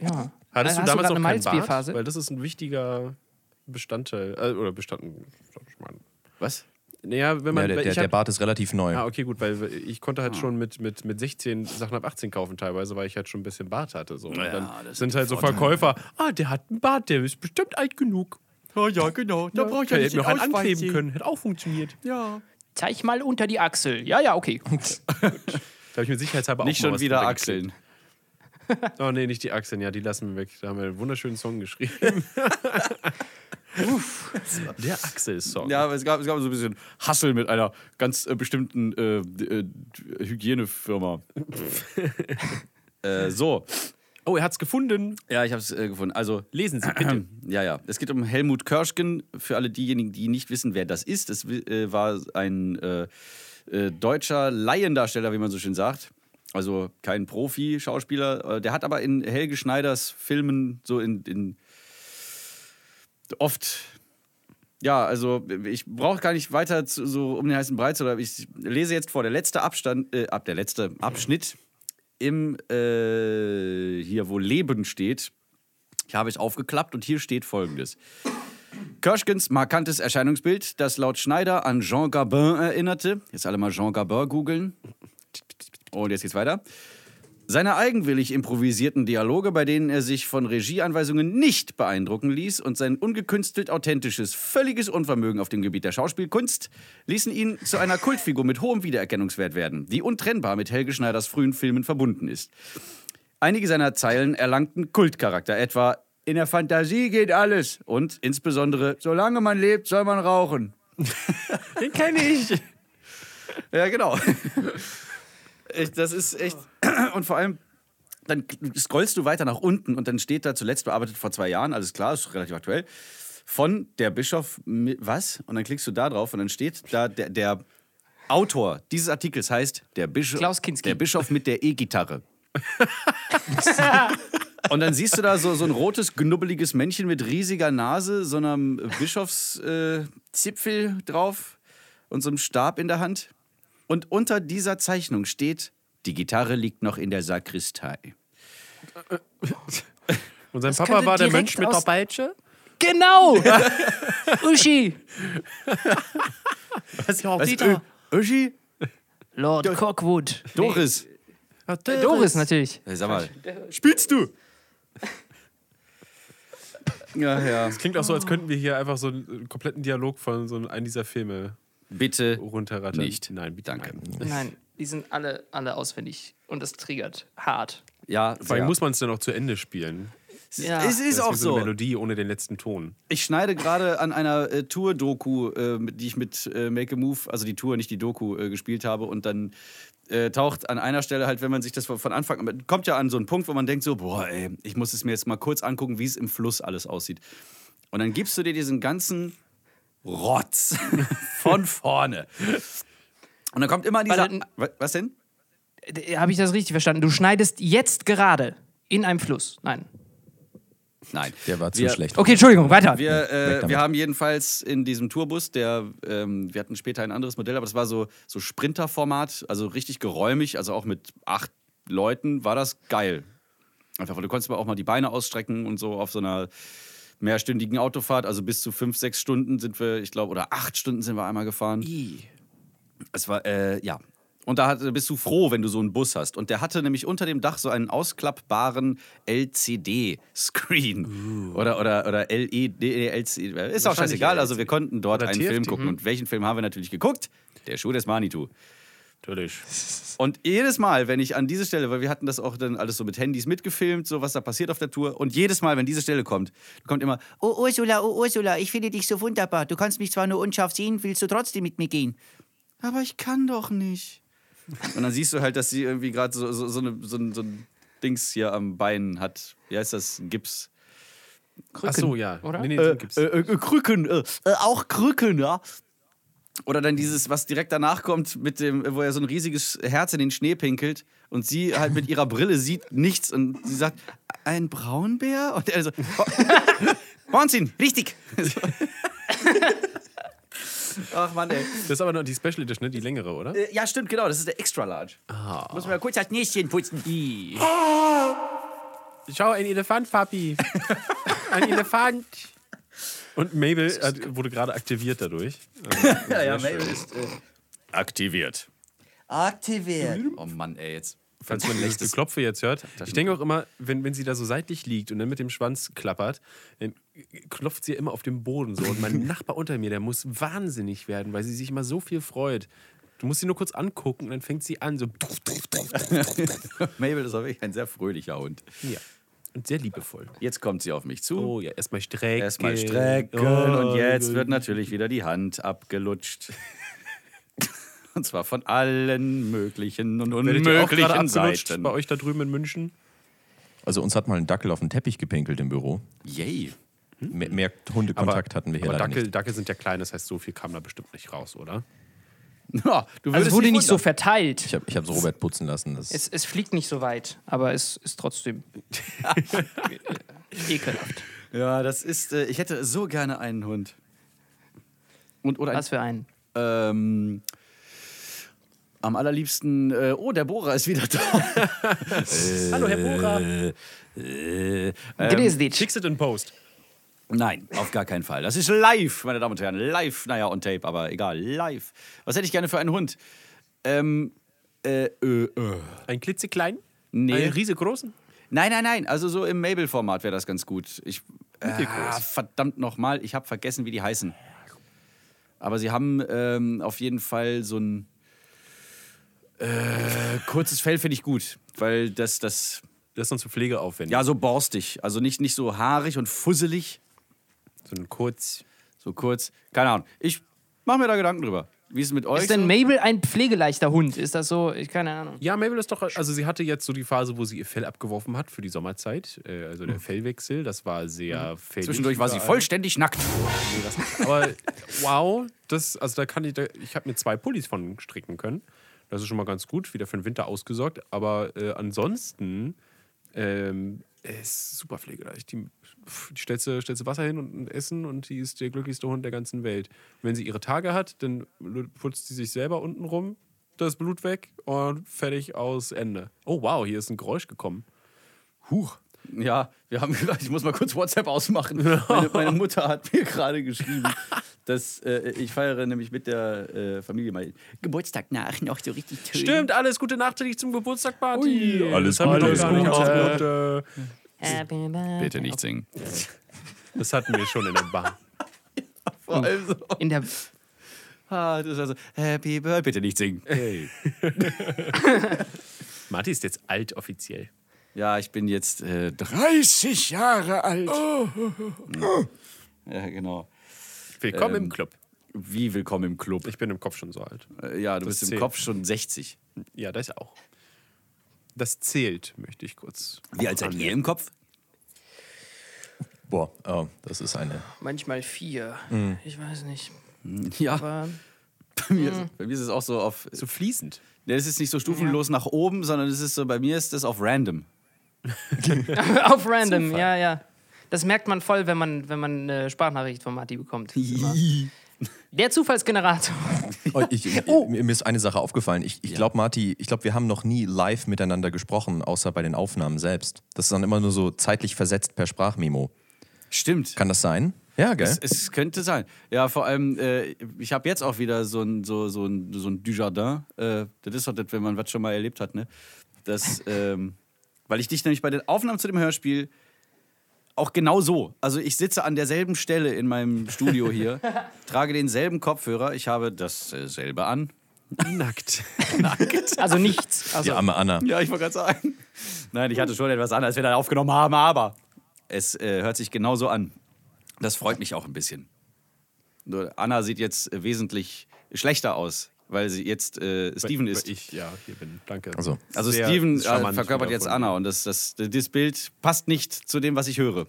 S3: Ja.
S2: Hattest
S3: Hast
S2: du damals
S3: grad
S2: noch
S3: eine
S2: keinen Bart?
S3: Malzbierphase?
S2: Weil das ist ein wichtiger Bestandteil. Äh, oder Bestandteil. Ich meine,
S1: Was?
S2: naja, wenn man.
S4: Ja, der,
S2: weil
S4: der,
S2: ich hab,
S4: der Bart ist relativ neu.
S2: Ah, okay, gut, weil ich konnte
S1: Ah.
S2: halt schon mit, mit, mit 16 Sachen ab 18 kaufen teilweise, weil ich halt schon ein bisschen Bart hatte. So. Und
S1: Ja,
S2: dann
S1: das
S2: sind halt so Verkäufer, ah, der hat einen Bart, der ist bestimmt alt genug.
S1: Ja, ja, genau. Da brauche
S2: Hätte mir auch einen ankleben können, hätte auch funktioniert. Da
S3: Zeig mal unter die Achsel. Ja, ja, okay.
S2: habe ich mir sicherheitshalber
S1: Nicht
S2: auch mal
S1: schon
S2: was
S1: wieder
S2: drunter
S1: Achseln.
S2: geklebt. Oh nee, nicht die Achseln, ja, die lassen wir weg. Da haben wir einen wunderschönen Song geschrieben. der Achsel-Song.
S1: Ja, aber es gab, es gab so ein bisschen Hassel mit einer ganz äh, bestimmten äh, d- äh, Hygienefirma. äh, so.
S2: Oh, er hat's gefunden.
S1: Ja, ich habe es äh, gefunden. Also,
S2: Lesen Sie bitte.
S1: ja, ja. Es geht um Helmut Körschgen. Für alle diejenigen, die nicht wissen, wer das ist, das wi- äh, war ein äh, äh, deutscher Laiendarsteller, wie man so schön sagt. Also kein Profi-Schauspieler. Äh, Der hat aber in Helge Schneiders Filmen so in, in oft. Ja, also ich brauche gar nicht weiter zu, so um den heißen Brei zu. Ich lese jetzt vor der letzte Abstand, äh, ab der letzte Abschnitt im äh, hier, wo Leben steht. Ich habe es aufgeklappt und hier steht folgendes. Kirschkens markantes Erscheinungsbild, das laut Schneider an Jean Gabin erinnerte. Jetzt alle mal Jean Gabin googeln. Und jetzt geht's weiter. Seine eigenwillig improvisierten Dialoge, bei denen er sich von Regieanweisungen nicht beeindrucken ließ und sein ungekünstelt authentisches, völliges Unvermögen auf dem Gebiet der Schauspielkunst, ließen ihn zu einer Kultfigur mit hohem Wiedererkennungswert werden, die untrennbar mit Helge Schneiders frühen Filmen verbunden ist. Einige seiner Zeilen erlangten Kultcharakter, etwa In der Fantasie geht alles und insbesondere Solange man lebt, soll man rauchen.
S2: Den kenne ich.
S1: Ja, genau. Ich, das ist echt. Und vor allem, dann scrollst du weiter nach unten und dann steht da zuletzt bearbeitet vor zwei Jahren, alles klar, ist relativ aktuell, von der Bischof, Mi- was? Und dann klickst du da drauf und dann steht da der, der Autor dieses Artikels heißt der Bischof,
S3: Klaus Kinski.
S1: Der Bischof mit der E-Gitarre. Und dann siehst du da so, so ein rotes, knubbeliges Männchen mit riesiger Nase, so einem Bischofszipfel äh, Zipfel drauf und so einem Stab in der Hand. Und unter dieser Zeichnung steht, die Gitarre liegt noch in der Sakristei.
S2: Und sein Papa
S3: könnte
S2: war der
S3: direkt
S2: Mensch mit der
S3: aus-
S2: Peitsche.
S3: Genau! Uschi!
S2: Das ist ja auch
S1: Ö- Öschi?
S3: Lord Cockwood.
S1: Doris.
S3: Doris natürlich.
S1: Äh, Sag mal, spielst du? Ja, ja.
S2: Klingt auch so, als könnten wir hier einfach so einen äh, kompletten Dialog von so einem dieser Filme
S1: Bitte
S2: runterrattern.
S1: nicht.
S2: Nein, bitte
S1: Danke.
S2: Nein.
S3: Nein, die sind alle, alle auswendig. Und das triggert hart.
S1: Ja,
S2: Vor allem
S1: sehr.
S2: muss man es dann auch zu Ende spielen.
S3: Ja.
S1: Es ist auch
S2: wie so
S1: so.
S2: eine Melodie ohne den letzten Ton.
S1: Ich schneide gerade an einer äh, Tour-Doku, äh, mit- die ich mit äh, Make a Move, also die Tour, nicht die Doku, äh, gespielt habe. Und dann äh, taucht an einer Stelle halt, wenn man sich das von von Anfang an, kommt ja an so einen Punkt, wo man denkt so, boah, ey, ich muss es mir jetzt mal kurz angucken, wie es im Fluss alles aussieht. Und dann gibst du dir diesen ganzen Rotz von vorne. Und dann kommt immer dieser...
S3: Weil-
S1: Wa- Was denn?
S3: Habe ich das richtig verstanden? Du schneidest jetzt gerade in einem Fluss. Nein.
S1: Nein.
S4: Der war zu
S1: Wir-
S4: schlecht.
S3: Okay, Entschuldigung, weiter.
S1: Wir, äh,
S4: damit.
S1: wir haben jedenfalls in diesem Tourbus, der, ähm, wir hatten später ein anderes Modell, aber das war so, so Sprinter-Format, also richtig geräumig, also auch mit acht Leuten war das geil. Einfach, weil du konntest aber auch mal die Beine ausstrecken und so auf so einer mehrstündigen Autofahrt, also bis zu fünf, sechs Stunden sind wir, ich glaube, oder acht Stunden sind wir einmal gefahren. Es war, äh, ja. Und da hat, bist du froh, wenn du so einen Bus hast. Und der hatte nämlich unter dem Dach so einen ausklappbaren LCD-Screen. Oder, oder, oder E LED, LCD. Ist auch
S2: Wahrscheinlich
S1: scheißegal.
S2: LCD.
S1: Also, wir konnten dort
S2: Oder
S1: einen
S2: TFT.
S1: Film gucken. Und welchen Film haben wir natürlich geguckt? Der Schuh des Manitou.
S2: Natürlich.
S1: Und jedes Mal, wenn ich an diese Stelle, weil wir hatten das auch dann alles so mit Handys mitgefilmt, so was da passiert auf der Tour. Und jedes Mal, wenn diese Stelle kommt, kommt immer,
S7: Oh Ursula, oh Ursula, ich finde dich so wunderbar. Du kannst mich zwar nur unscharf sehen, willst du trotzdem mit mir gehen?
S1: aber ich kann doch nicht. Und dann siehst du halt, dass sie irgendwie gerade so, so, so, eine, so, ein- so ein Dings hier am Bein hat. Wie heißt das? Ein Gips.
S2: Ach so, ja.
S3: oder?
S2: Nee, nee,
S1: Äh.
S2: den gibt's.
S1: Krücken, äh, auch Krücken, ja. Oder dann dieses, was direkt danach kommt, mit dem, wo er so ein riesiges Herz in den Schnee pinkelt und sie halt mit ihrer Brille sieht nichts und sie sagt, ein Braunbär? Und er so, Wahnsinn, richtig. Ach Mann, ey.
S2: Das ist aber noch die Special Edition, ne? die längere, oder?
S1: Äh, Ja, stimmt, genau. Das ist der Extra Large. Muss man ja kurz das Näschen putzen. Ah. Ih.
S2: Schau, ein Elefant, Papi. ein Elefant. Und Mabel hat, wurde gerade aktiviert dadurch.
S1: Ja, ja, Mabel ist äh, aktiviert.
S7: Aktiviert.
S1: Oh Mann, ey, jetzt.
S2: Falls man dieses Geklopfe jetzt hört. Ich denke auch immer, wenn, wenn sie da so seitlich liegt und dann mit dem Schwanz klappert, dann klopft sie immer auf dem Boden so. Und mein Nachbar unter mir, der muss wahnsinnig werden, weil sie sich immer so viel freut. Du musst sie nur kurz angucken und dann fängt sie an, so.
S1: Mabel ist auf jeden Fall ein sehr fröhlicher Hund.
S2: Ja. Und sehr liebevoll.
S1: Jetzt kommt sie auf mich zu.
S2: Oh ja, erstmal strecken. Oh,
S1: Erstmal strecken und jetzt wird natürlich wieder die Hand abgelutscht. Und zwar von allen möglichen und
S2: Werdet ihr auch gerade
S1: unmöglichen
S2: abgelutscht
S1: Seiten.
S2: bei euch da drüben in München?
S4: Also uns hat mal ein Dackel auf den Teppich gepinkelt im Büro.
S1: Yay.
S4: Mehr, mehr Hundekontakt hatten wir hier
S2: Hm? aber
S4: leider
S2: Dackel,
S4: nicht.
S2: Dackel sind ja klein, das heißt, so viel kam da bestimmt nicht raus, oder?
S1: Na, du
S3: Also
S1: würdest
S3: es wurde
S1: dich
S3: nicht so
S1: wundern.
S3: verteilt.
S4: Ich habe ich hab's Robert putzen lassen. Das
S3: Es, es fliegt nicht so weit, aber es ist trotzdem ekelhaft.
S1: Ja, das ist. Äh, ich hätte so gerne einen Hund. Und oder ein
S3: Was für ein.
S1: Ähm, am allerliebsten, äh, oh, der Bohrer ist wieder da.
S2: Hallo, Herr Bora.
S1: Äh,
S3: Grüß dich.
S2: Fix it in Post.
S1: nein, auf gar keinen Fall. Das ist live, meine Damen und Herren. Live, naja, on tape, aber egal, live. Was hätte ich gerne für einen Hund? Ähm, äh, äh, äh.
S2: Ein klitzeklein?
S1: Nee.
S2: Einen riesengroßen?
S1: Nein, nein, nein. Also so im Mabel-Format wäre das ganz gut. Ich, ah, verdammt nochmal, ich habe vergessen, wie die heißen. Aber sie haben ähm, auf jeden Fall so ein äh, kurzes Fell, finde ich gut. Weil das, das,
S2: Das ist uns für Pflege aufwendig.
S1: ja, so borstig. Also nicht, nicht so haarig und fusselig,
S2: So ein kurz.
S1: so kurz. Keine Ahnung. Ich mache mir da Gedanken drüber. Wie ist es mit euch?
S3: Ist denn
S1: so?
S3: Mabel ein pflegeleichter Hund? Ist das so? Ich keine Ahnung.
S2: Ja, Mabel ist doch. Also, sie hatte jetzt so die Phase, wo sie ihr Fell abgeworfen hat für die Sommerzeit. Äh, Also, der Fellwechsel, das war sehr fällig.
S1: Hm. Zwischendurch war sie
S2: überall.
S1: vollständig nackt.
S2: Aber wow, das, also da kann ich, da, ich habe mir zwei Pullis von stricken können. Das ist schon mal ganz gut, wieder für den Winter ausgesorgt. Aber äh, ansonsten ähm, er ist super pflegeleicht. Die, pf, die stellst, du, stellst du Wasser hin und ein Essen und die ist der glücklichste Hund der ganzen Welt. Und wenn sie ihre Tage hat, dann putzt sie sich selber unten rum, das Blut weg und fertig aus Ende. Oh wow, hier ist ein Geräusch gekommen. Huch.
S1: Ja, wir haben gesagt, ich muss mal kurz WhatsApp ausmachen. Meine, meine Mutter hat mir gerade geschrieben, dass äh, ich feiere nämlich mit der äh, Familie mal
S7: Geburtstag nach, noch so richtig schön.
S2: Stimmt, alles Gute nachträglich zum Geburtstag, Party.
S4: Alles
S2: haben wir doch
S4: Gute.
S2: gar nicht
S4: Alles
S2: ausgemacht. Äh,
S1: Bitte nicht singen.
S2: Das hatten wir schon in der Bar.
S1: Vor allem so.
S3: In der
S1: Ah, das ist also, Happy Birthday. Bitte nicht singen.
S2: Marty ist jetzt alt offiziell.
S1: Ja, ich bin jetzt äh, 30 Jahre alt. Ja, genau.
S2: Willkommen
S1: Ähm.
S2: im Club.
S1: Wie willkommen im Club.
S2: Ich bin im Kopf schon so alt.
S1: Äh, ja, du
S2: Das
S1: bist im
S2: zählt.
S1: Kopf schon 60.
S2: Ja, das auch. Das zählt, möchte ich kurz.
S1: Wie alt seid ihr im Kopf?
S4: boah, oh, das ist eine.
S3: manchmal vier.
S1: Mhm.
S3: Ich weiß nicht.
S1: Ja,
S3: Aber
S1: bei mir, ist, bei mir ist es auch so auf. äh,
S2: So fließend.
S1: Ne, es ist nicht so stufenlos nach oben, sondern es ist so, bei mir ist das auf random.
S3: auf random, ja, ja. Das merkt man voll, wenn man, wenn man eine Sprachnachricht von Matti bekommt. Ist immer- Der Zufallsgenerator.
S4: Oh, ich, ich, Mir ist eine Sache aufgefallen. Ich, ich glaube, Marti, ich glaube, wir haben noch nie live miteinander gesprochen, außer bei den Aufnahmen selbst. Das ist dann immer nur so zeitlich versetzt per Sprachmemo.
S1: Stimmt.
S4: Kann das sein? Ja, gell?
S1: Es könnte sein. Ja, vor allem, äh, ich habe jetzt auch wieder so ein, so, so ein, so ein Dujardin. Äh, das ist doch das, wenn man was schon mal erlebt hat, ne? Das, ähm, weil ich dich nämlich bei den Aufnahmen zu dem Hörspiel auch genau so. Also ich sitze an derselben Stelle in meinem Studio hier, trage denselben Kopfhörer, ich habe dasselbe an.
S2: Nackt.
S3: Also nichts. Also,
S4: Die arme Anna.
S1: Ja, ich wollte gerade sagen. Nein, ich hatte schon etwas an, als wir dann aufgenommen haben, aber es äh, hört sich genauso an. Das freut mich auch ein bisschen. Nur Anna sieht jetzt äh, wesentlich schlechter aus, weil sie jetzt äh, Steven
S2: Weil
S1: ist.
S2: Ich, ja, hier bin. Danke.
S4: Also.
S1: also
S2: Sehr
S1: Steven äh,
S2: charmant
S1: verkörpert jetzt
S2: von dir.
S1: Anna und das, das, das Bild passt nicht zu dem, was ich höre.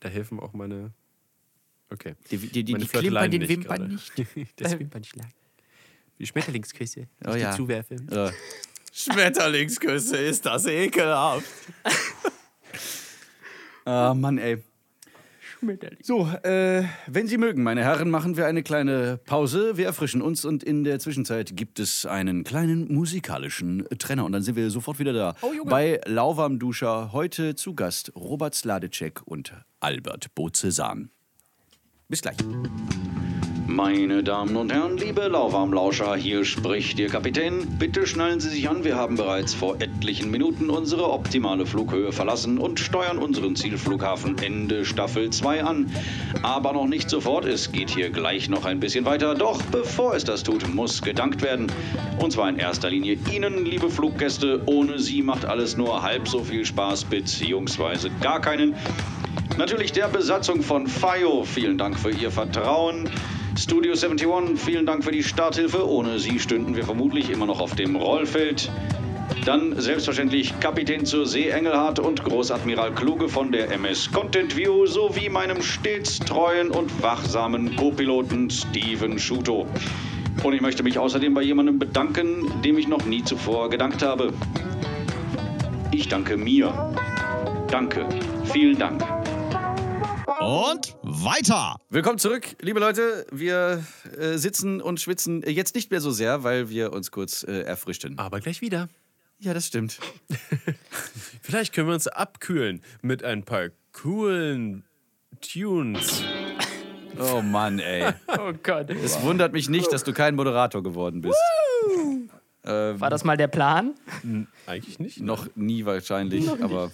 S2: Da helfen auch meine. Okay.
S1: Die, die, die,
S2: meine
S1: die klimpern den Wimpern nicht. Äh.
S2: nicht. das Wimpernschlag. Die Schmetterlingsküsse, die
S1: Oh
S2: ich
S1: ja.
S2: dir zuwerfe.
S1: Äh, Schmetterlingsküsse, ist das ekelhaft. Ah, Mann, ey. So, äh, wenn Sie mögen, meine Herren, machen wir eine kleine Pause. Wir erfrischen uns und in der Zwischenzeit gibt es einen kleinen musikalischen Trenner. Und dann sind wir sofort wieder da. bei Lauwarm Duscher heute zu Gast Robert Sladecek und Albert Bozesan. Bis gleich. Meine Damen und Herren, liebe Lauwarmlauscher, hier spricht Ihr Kapitän. Bitte schnallen Sie sich an, wir haben bereits vor etlichen Minuten unsere optimale Flughöhe verlassen und steuern unseren Zielflughafen Ende Staffel 2 an. Aber noch nicht sofort, es geht hier gleich noch ein bisschen weiter. Doch bevor es das tut, muss gedankt werden. Und zwar in erster Linie Ihnen, liebe Fluggäste. Ohne Sie macht alles nur halb so viel Spaß, beziehungsweise gar keinen. Natürlich der Besatzung von FIO. Vielen Dank für Ihr Vertrauen. Studio 71, vielen Dank für die Starthilfe. Ohne Sie stünden wir vermutlich immer noch auf dem Rollfeld. Dann selbstverständlich Kapitän zur See Engelhardt und Großadmiral Kluge von der MS Content View sowie meinem stets treuen und wachsamen Co-Piloten Steven Schuto. Und ich möchte mich außerdem bei jemandem bedanken, dem ich noch nie zuvor gedankt habe. Ich danke mir. Danke. Vielen Dank.
S8: Und weiter.
S1: Willkommen zurück, liebe Leute. Wir äh, sitzen und schwitzen jetzt nicht mehr so sehr, weil wir uns kurz äh, erfrischten.
S2: Aber gleich wieder.
S1: Ja, das stimmt.
S2: Vielleicht können wir uns abkühlen mit ein paar coolen Tunes.
S1: Oh Mann, ey.
S3: Oh Gott.
S1: Es wundert mich nicht, dass du kein Moderator geworden bist. Ähm,
S3: War das mal der Plan?
S2: Eigentlich nicht.
S1: noch nie wahrscheinlich, aber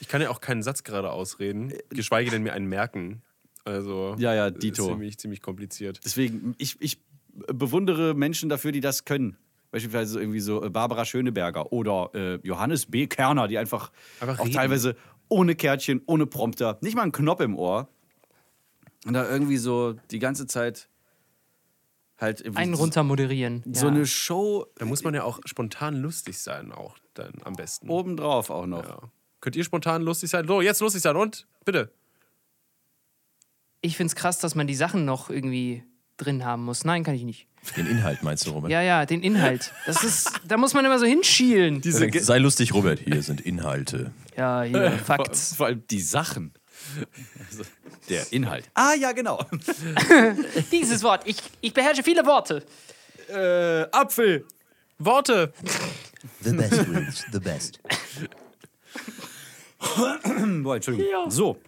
S2: Ich kann ja auch keinen Satz gerade ausreden, geschweige denn mir einen merken. Also
S1: Äh, Ja, ja,
S2: ist
S1: Dito.
S2: Ziemlich, ziemlich kompliziert.
S1: deswegen, ich, ich bewundere Menschen dafür, die das können. Beispielsweise so irgendwie so äh, Barbara Schöneberger oder äh, Johannes B. Kerner, die einfach
S2: Einfach
S1: auch
S2: reden.
S1: teilweise ohne Kärtchen, ohne Prompter, nicht mal einen Knopf im Ohr. Und da irgendwie so die ganze Zeit halt irgendwie
S3: Einen
S1: so-
S3: runter moderieren.
S1: so
S3: ja.
S1: eine Show
S2: Da muss man ja auch spontan lustig sein, auch dann am besten.
S1: Oh. obendrauf auch noch.
S2: Ja. Könnt ihr spontan lustig sein? So, jetzt lustig sein und bitte.
S3: ich find's krass, dass man die Sachen noch irgendwie drin haben muss. Nein, kann ich nicht.
S4: Den Inhalt meinst du, Robert?
S3: Ja, ja, den Inhalt. Das ist, da muss man immer so hinschielen.
S4: Sei- Sei lustig, Robert. Hier sind Inhalte.
S3: Ja, hier, Fakt.
S1: Äh, Vor allem die Sachen. Also der Inhalt. Ah, ja, genau.
S3: Dieses Wort. Ich, ich beherrsche viele Worte.
S1: Äh, Apfel.
S2: Worte!
S8: The best, Rich, the best.
S1: Boah, Entschuldigung. So.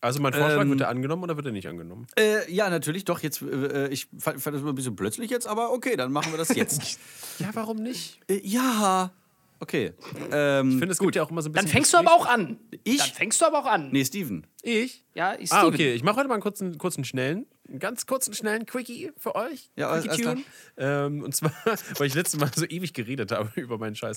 S2: Also mein Vorschlag, wird er angenommen oder wird er nicht angenommen?
S1: Ähm, Äh, ja, natürlich, doch. Jetzt, äh, ich fand, fand das immer ein bisschen plötzlich jetzt, aber okay, dann machen wir das jetzt.
S2: Ja, warum nicht?
S1: äh, ja. Okay. Ähm,
S2: Ich finde, es gibt ja auch immer so ein bisschen...
S3: Dann fängst du aber auch an.
S1: Ich?
S3: Dann fängst du aber auch an.
S1: nee, Steven.
S2: Ich?
S3: Ja, ich
S2: Ah,
S3: Steven.
S2: okay. Ich mache heute mal einen kurzen, kurzen schnellen, einen ganz kurzen, schnellen Quickie für euch.
S1: Ja, alles-
S2: Quickie
S1: alles
S2: Tune. Ähm, und zwar, weil ich letztes Mal so ewig geredet habe über meinen Scheiß.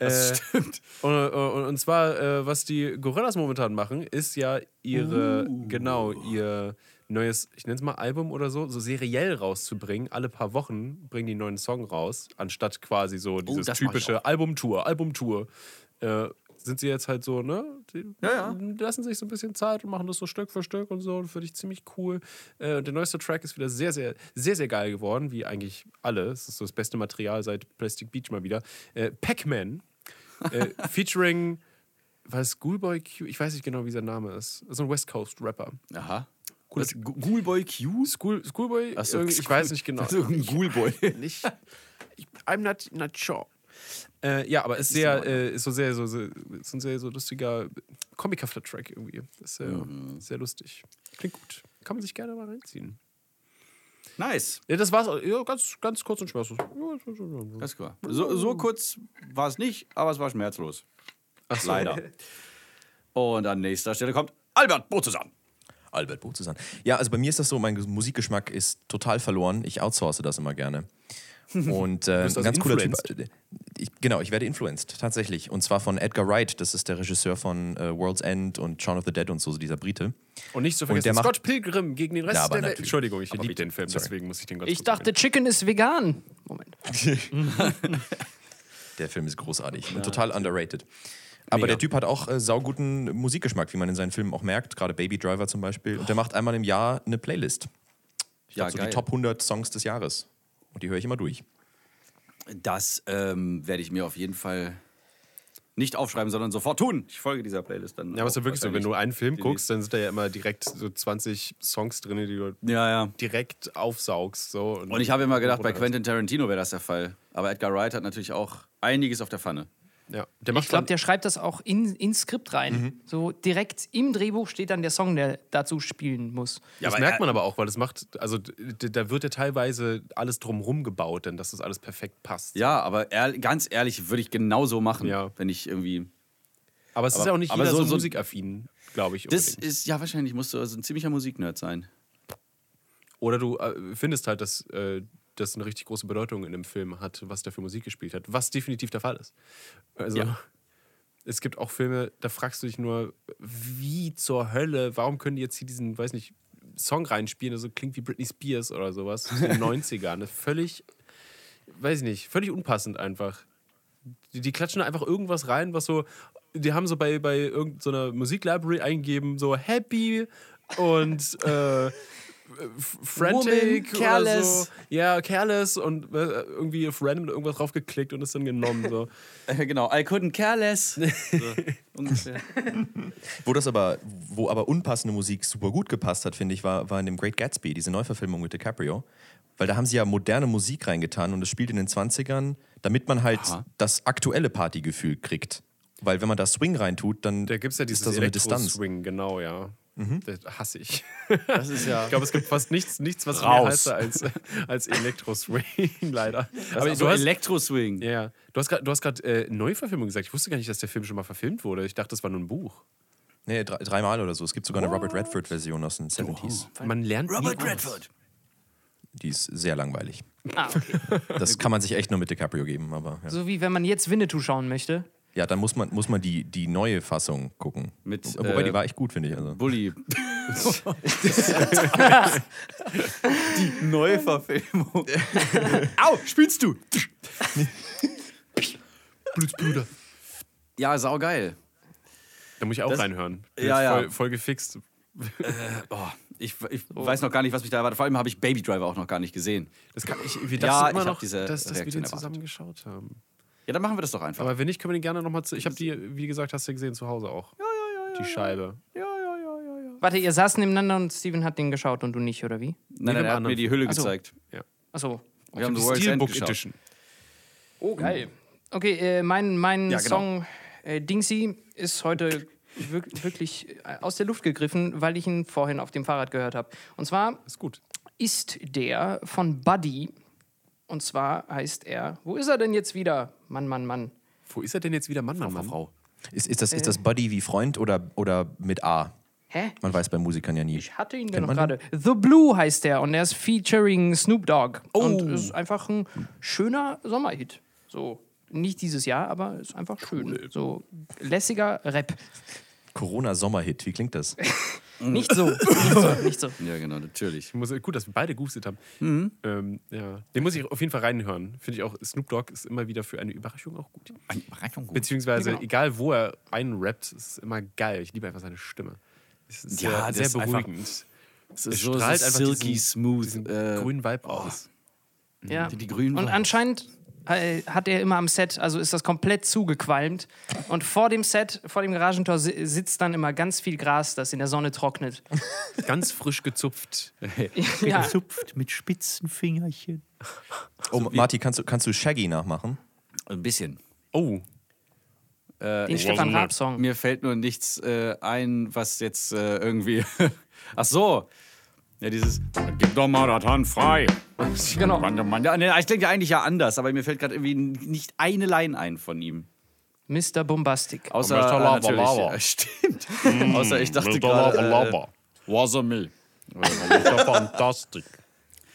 S2: Äh,
S1: Stimmt.
S2: und, und, und zwar, äh, was die Gorillas momentan machen, ist ja ihre, genau, ihr neues, ich nenne es mal Album oder so, so seriell rauszubringen. Alle paar Wochen bringen die einen neuen Song raus, anstatt quasi so dieses
S1: Oh, das mach ich
S2: typische Albumtour, Albumtour. Äh, sind sie jetzt halt so, ne? Die
S1: Ja, ja.
S2: lassen sich so ein bisschen Zeit und machen das so Stück für Stück und so. Finde ich ziemlich cool. Äh, und der neueste Track ist wieder sehr, sehr, sehr, sehr geil geworden, wie eigentlich alle. Es ist so das beste Material seit Plastic Beach mal wieder. Äh, Pac-Man äh, featuring, was Schoolboy Q, ich weiß nicht genau, wie sein Name ist. So ein West Coast Rapper.
S1: Aha.
S2: Cool.
S1: Das Gu- Ghoulboy Q?
S2: School, Schoolboy,
S1: Ach so,
S2: irgendwie, ich
S1: School-
S2: weiß nicht genau.
S1: So ein Ghoulboy.
S2: nicht. Ich, I'm not, not sure. Äh, ja, aber ist sehr, äh, ist so sehr, so, so, ist ein sehr so lustiger, komikhafter Track irgendwie. Ist äh, sehr lustig. Klingt gut. Kann man sich gerne mal reinziehen.
S1: Nice.
S2: Ja, das war's. Ja, ganz, ganz kurz und schmerzlos.
S1: Das war. So, so kurz war es nicht, aber es war schmerzlos. Ach so. Leider. Und an nächster Stelle kommt Albert Bozesan.
S4: Albert Bozesan. Ja, also bei mir ist das so, mein Musikgeschmack ist total verloren. Ich outsource das immer gerne. Und äh,
S2: bist also
S4: ein ganz cooler Typ.
S2: influenced.
S4: Ich, genau, ich werde influenced, tatsächlich. Und zwar von Edgar Wright, das ist der Regisseur von äh, World's End und Shaun of the Dead und so, dieser Brite.
S2: Und nicht zu vergessen,
S4: der macht-
S2: Scott Pilgrim gegen den Rest
S4: Ja,
S2: der
S4: aber
S2: Welt.
S4: natürlich.
S2: Entschuldigung, ich liebe
S4: bitte.
S2: den Film,
S4: Sorry.
S2: deswegen muss ich den ganz
S3: Ich
S2: kurz
S3: dachte, Chicken ist vegan. Moment.
S4: Der Film ist großartig und total underrated. Aber der Typ hat auch äh, sauguten Musikgeschmack, wie man in seinen Filmen auch merkt, gerade Baby Driver zum Beispiel. Und der macht einmal im Jahr eine Playlist. Ich
S1: Ja,
S4: glaub, so
S1: geil.
S4: die Top 100 Songs des Jahres. Und die höre ich immer durch.
S1: Das ähm, werde ich mir auf jeden Fall Nicht aufschreiben, sondern sofort tun. Ich folge dieser Playlist dann.
S2: Ja, aber es ist
S1: auch
S2: ja wirklich so, wenn du
S1: wahrscheinlich.
S2: einen Film guckst, dann sind da ja immer direkt so 20 Songs drin, die du
S1: Ja, ja.
S2: direkt aufsaugst. So,
S1: Und ich habe immer gedacht, bei Quentin Tarantino wäre das der Fall. Aber Edgar Wright hat natürlich auch einiges auf der Pfanne.
S2: Ja, der macht
S3: Ich glaube,
S2: von-
S3: der schreibt das auch in, ins Skript rein. So direkt im Drehbuch steht dann der Song, der dazu spielen muss.
S2: das
S1: aber
S2: merkt
S1: er-
S2: man aber auch, weil das macht, also d- d- da wird ja teilweise alles drumrum gebaut, denn dass das alles perfekt passt.
S1: Ja, aber ehr, ganz ehrlich würde ich genauso machen,
S2: Ja.
S1: wenn ich irgendwie.
S2: Aber es ist
S1: Aber-
S2: ja auch nicht
S1: aber
S2: jeder so,
S1: so- so-
S2: musikaffin, glaube ich.
S1: Das
S2: unbedingt.
S1: ist, ja, wahrscheinlich musst du also ein ziemlicher Musiknerd sein.
S2: Oder du äh, findest halt, dass äh, das eine richtig große Bedeutung in dem Film hat, was der für Musik gespielt hat, was definitiv der Fall ist. Also
S1: Ja.
S2: es gibt auch Filme, da fragst du dich nur, wie zur Hölle, warum können die jetzt hier diesen, weiß nicht, Song reinspielen, der so klingt wie Britney Spears oder sowas, aus den 90ern. Das ist völlig, weiß ich nicht, völlig unpassend einfach. Die, die klatschen da einfach irgendwas rein, was so, die haben so bei, bei irgendeiner Musiklibrary eingegeben, so happy und äh,
S3: Woman,
S2: frantic oder so.
S3: careless.
S2: Ja, careless und äh, irgendwie auf random irgendwas drauf geklickt und es dann genommen. So.
S1: Äh, genau, I couldn't care less. So, ungefähr.
S4: Wo das aber, wo aber unpassende Musik super gut gepasst hat, finde ich, war, war in dem Great Gatsby, diese Neuverfilmung mit DiCaprio. Weil da haben sie ja moderne Musik reingetan und es spielt in den 20ern, damit man halt das aktuelle Partygefühl kriegt. Weil wenn man da Swing reintut, dann
S2: Da gibt es ja
S4: ist
S2: dieses
S4: da so eine Distanz.
S2: Elektro-Swing, genau, ja. Das hasse ich.
S1: Mhm. Das ist ja.
S2: Ich glaube, es gibt fast nichts, nichts was mehr
S1: Raus.
S2: heißer als, als Elektro-Swing, leider.
S1: aber
S2: Aber
S1: so
S2: du hast,
S1: Elektro-Swing.
S2: ja, ja. du hast gerade du hast grad, äh, Neuverfilmung gesagt. Ich wusste gar nicht, dass der Film schon mal verfilmt wurde. Ich dachte, das war nur ein Buch.
S4: Nee, drei, dreimal oder so. Es gibt sogar eine Robert Redford-Version aus den 70s.
S2: Man lernt nie
S1: Robert
S2: aus.
S1: Redford.
S4: Die ist sehr langweilig.
S3: Ah, okay.
S4: Das kann man sich echt nur mit DiCaprio geben, aber ja.
S3: so wie wenn man jetzt Winnetou schauen möchte.
S4: Ja, dann muss man, muss man die, die neue Fassung gucken.
S1: Mit,
S4: Wo- Wobei,
S1: äh,
S4: die war echt gut, finde ich. Also.
S1: Bulli. Die Neuverfilmung. Au, spielst du?
S2: Blutsbrüder.
S1: Ja, saugeil.
S2: Da muss ich auch
S1: Das-
S2: reinhören. Bin
S1: Ja,
S2: jetzt
S1: ja.
S2: Voll, voll gefixt.
S1: Boah, ich, ich weiß noch gar nicht, was mich da erwartet. Vor allem habe ich Baby Driver auch noch gar nicht gesehen.
S2: Das kann ich, wir
S1: Ja,
S2: dachten
S1: ich
S2: immer
S1: hab
S2: noch,
S1: diese
S2: dass, dass wir
S1: Reaktion
S2: den
S1: erwartet.
S2: zusammen geschaut haben.
S1: Ja, dann machen wir das doch einfach.
S2: Aber wenn nicht, können wir den gerne nochmal. Ich habe die, wie gesagt, hast du gesehen, zu Hause auch. Ja, ja, ja. Die Scheibe.
S3: Warte, ihr saßt nebeneinander und Steven hat den geschaut und du nicht, oder wie?
S1: nein, nein, er hat
S2: anderen.
S1: mir die Hülle
S3: Ach so.
S1: gezeigt.
S3: Achso.
S1: Wir haben
S2: Die
S1: The World's End
S2: Steelbook
S1: geschaut.
S2: Edition.
S3: Oh, geil. Okay, äh, mein, mein
S1: Ja, genau.
S3: Song äh, Dingsy ist heute wirk wirklich äh, aus der Luft gegriffen, weil ich ihn vorhin auf dem Fahrrad gehört habe. Und zwar
S2: Ist gut.
S3: ist der von Buddy. Und zwar heißt er, wo ist er denn jetzt wieder? Mann, Mann, Mann.
S2: Wo ist er denn jetzt wieder Mann, Mann, Mann? Frau?
S4: Ist, ist,
S3: Äh.
S4: das, ist das Buddy wie Freund oder, oder mit A?
S3: Hä?
S4: Man weiß bei Musikern ja nie.
S3: Ich hatte ihn denn noch
S4: man
S3: gerade. The Blue heißt der und er ist featuring Snoop Dogg. Oh. Und ist einfach ein schöner Sommerhit. So, nicht dieses Jahr, aber ist einfach schön. So lässiger Rap.
S4: Corona-Sommerhit, wie klingt das?
S1: Mhm.
S3: Nicht so. nicht so. Nicht so.
S1: Ja, genau, natürlich.
S2: Ich muss, gut, dass wir beide gehustet haben.
S1: Mhm.
S2: Ähm, ja. Den muss ich auf jeden Fall reinhören. Finde ich auch, Snoop Dogg ist immer wieder für eine Überraschung auch gut. Beziehungsweise, egal wo er einrappt, ist es immer geil. Ich liebe einfach seine Stimme. Es ist
S1: Ja,
S2: sehr,
S1: das
S2: sehr
S1: ist einfach-
S2: beruhigend.
S1: Es
S2: Es
S1: ist so strahlt einfach silky smooth.
S2: diesen
S1: äh,
S2: grünen Vibe aus.
S3: Ja.
S1: Die- die grünen
S3: und
S1: waren-
S3: anscheinend äh, hat er immer am Set, also ist das komplett zugequalmt. Und vor dem Set, vor dem Garagentor si- sitzt dann immer ganz viel Gras, das in der Sonne trocknet.
S2: Ganz frisch gezupft.
S3: ja.
S7: Zupft mit spitzen Fingerchen.
S4: Oh, Marti, kannst du, kannst du Shaggy nachmachen?
S1: Ein bisschen.
S2: Oh,
S3: Den Stefan Raab Song.
S1: Mir fällt nur nichts äh, ein, was jetzt äh, irgendwie. Ach so. Ja, dieses. Gib doch mal das Hand frei.
S3: Genau.
S1: Mann, oh Mann. Ja, nee, es klingt ja eigentlich ja anders, aber mir fällt gerade irgendwie nicht eine Line ein von ihm.
S3: Mr. Bombastic.
S1: Außer
S6: Mr. Lava
S1: natürlich,
S6: Lava.
S1: ja, stimmt. Außer ich dachte
S6: Mr.
S1: gerade.
S6: Lava
S1: Äh,
S6: Lava. Was a me. Mr. Fantastic.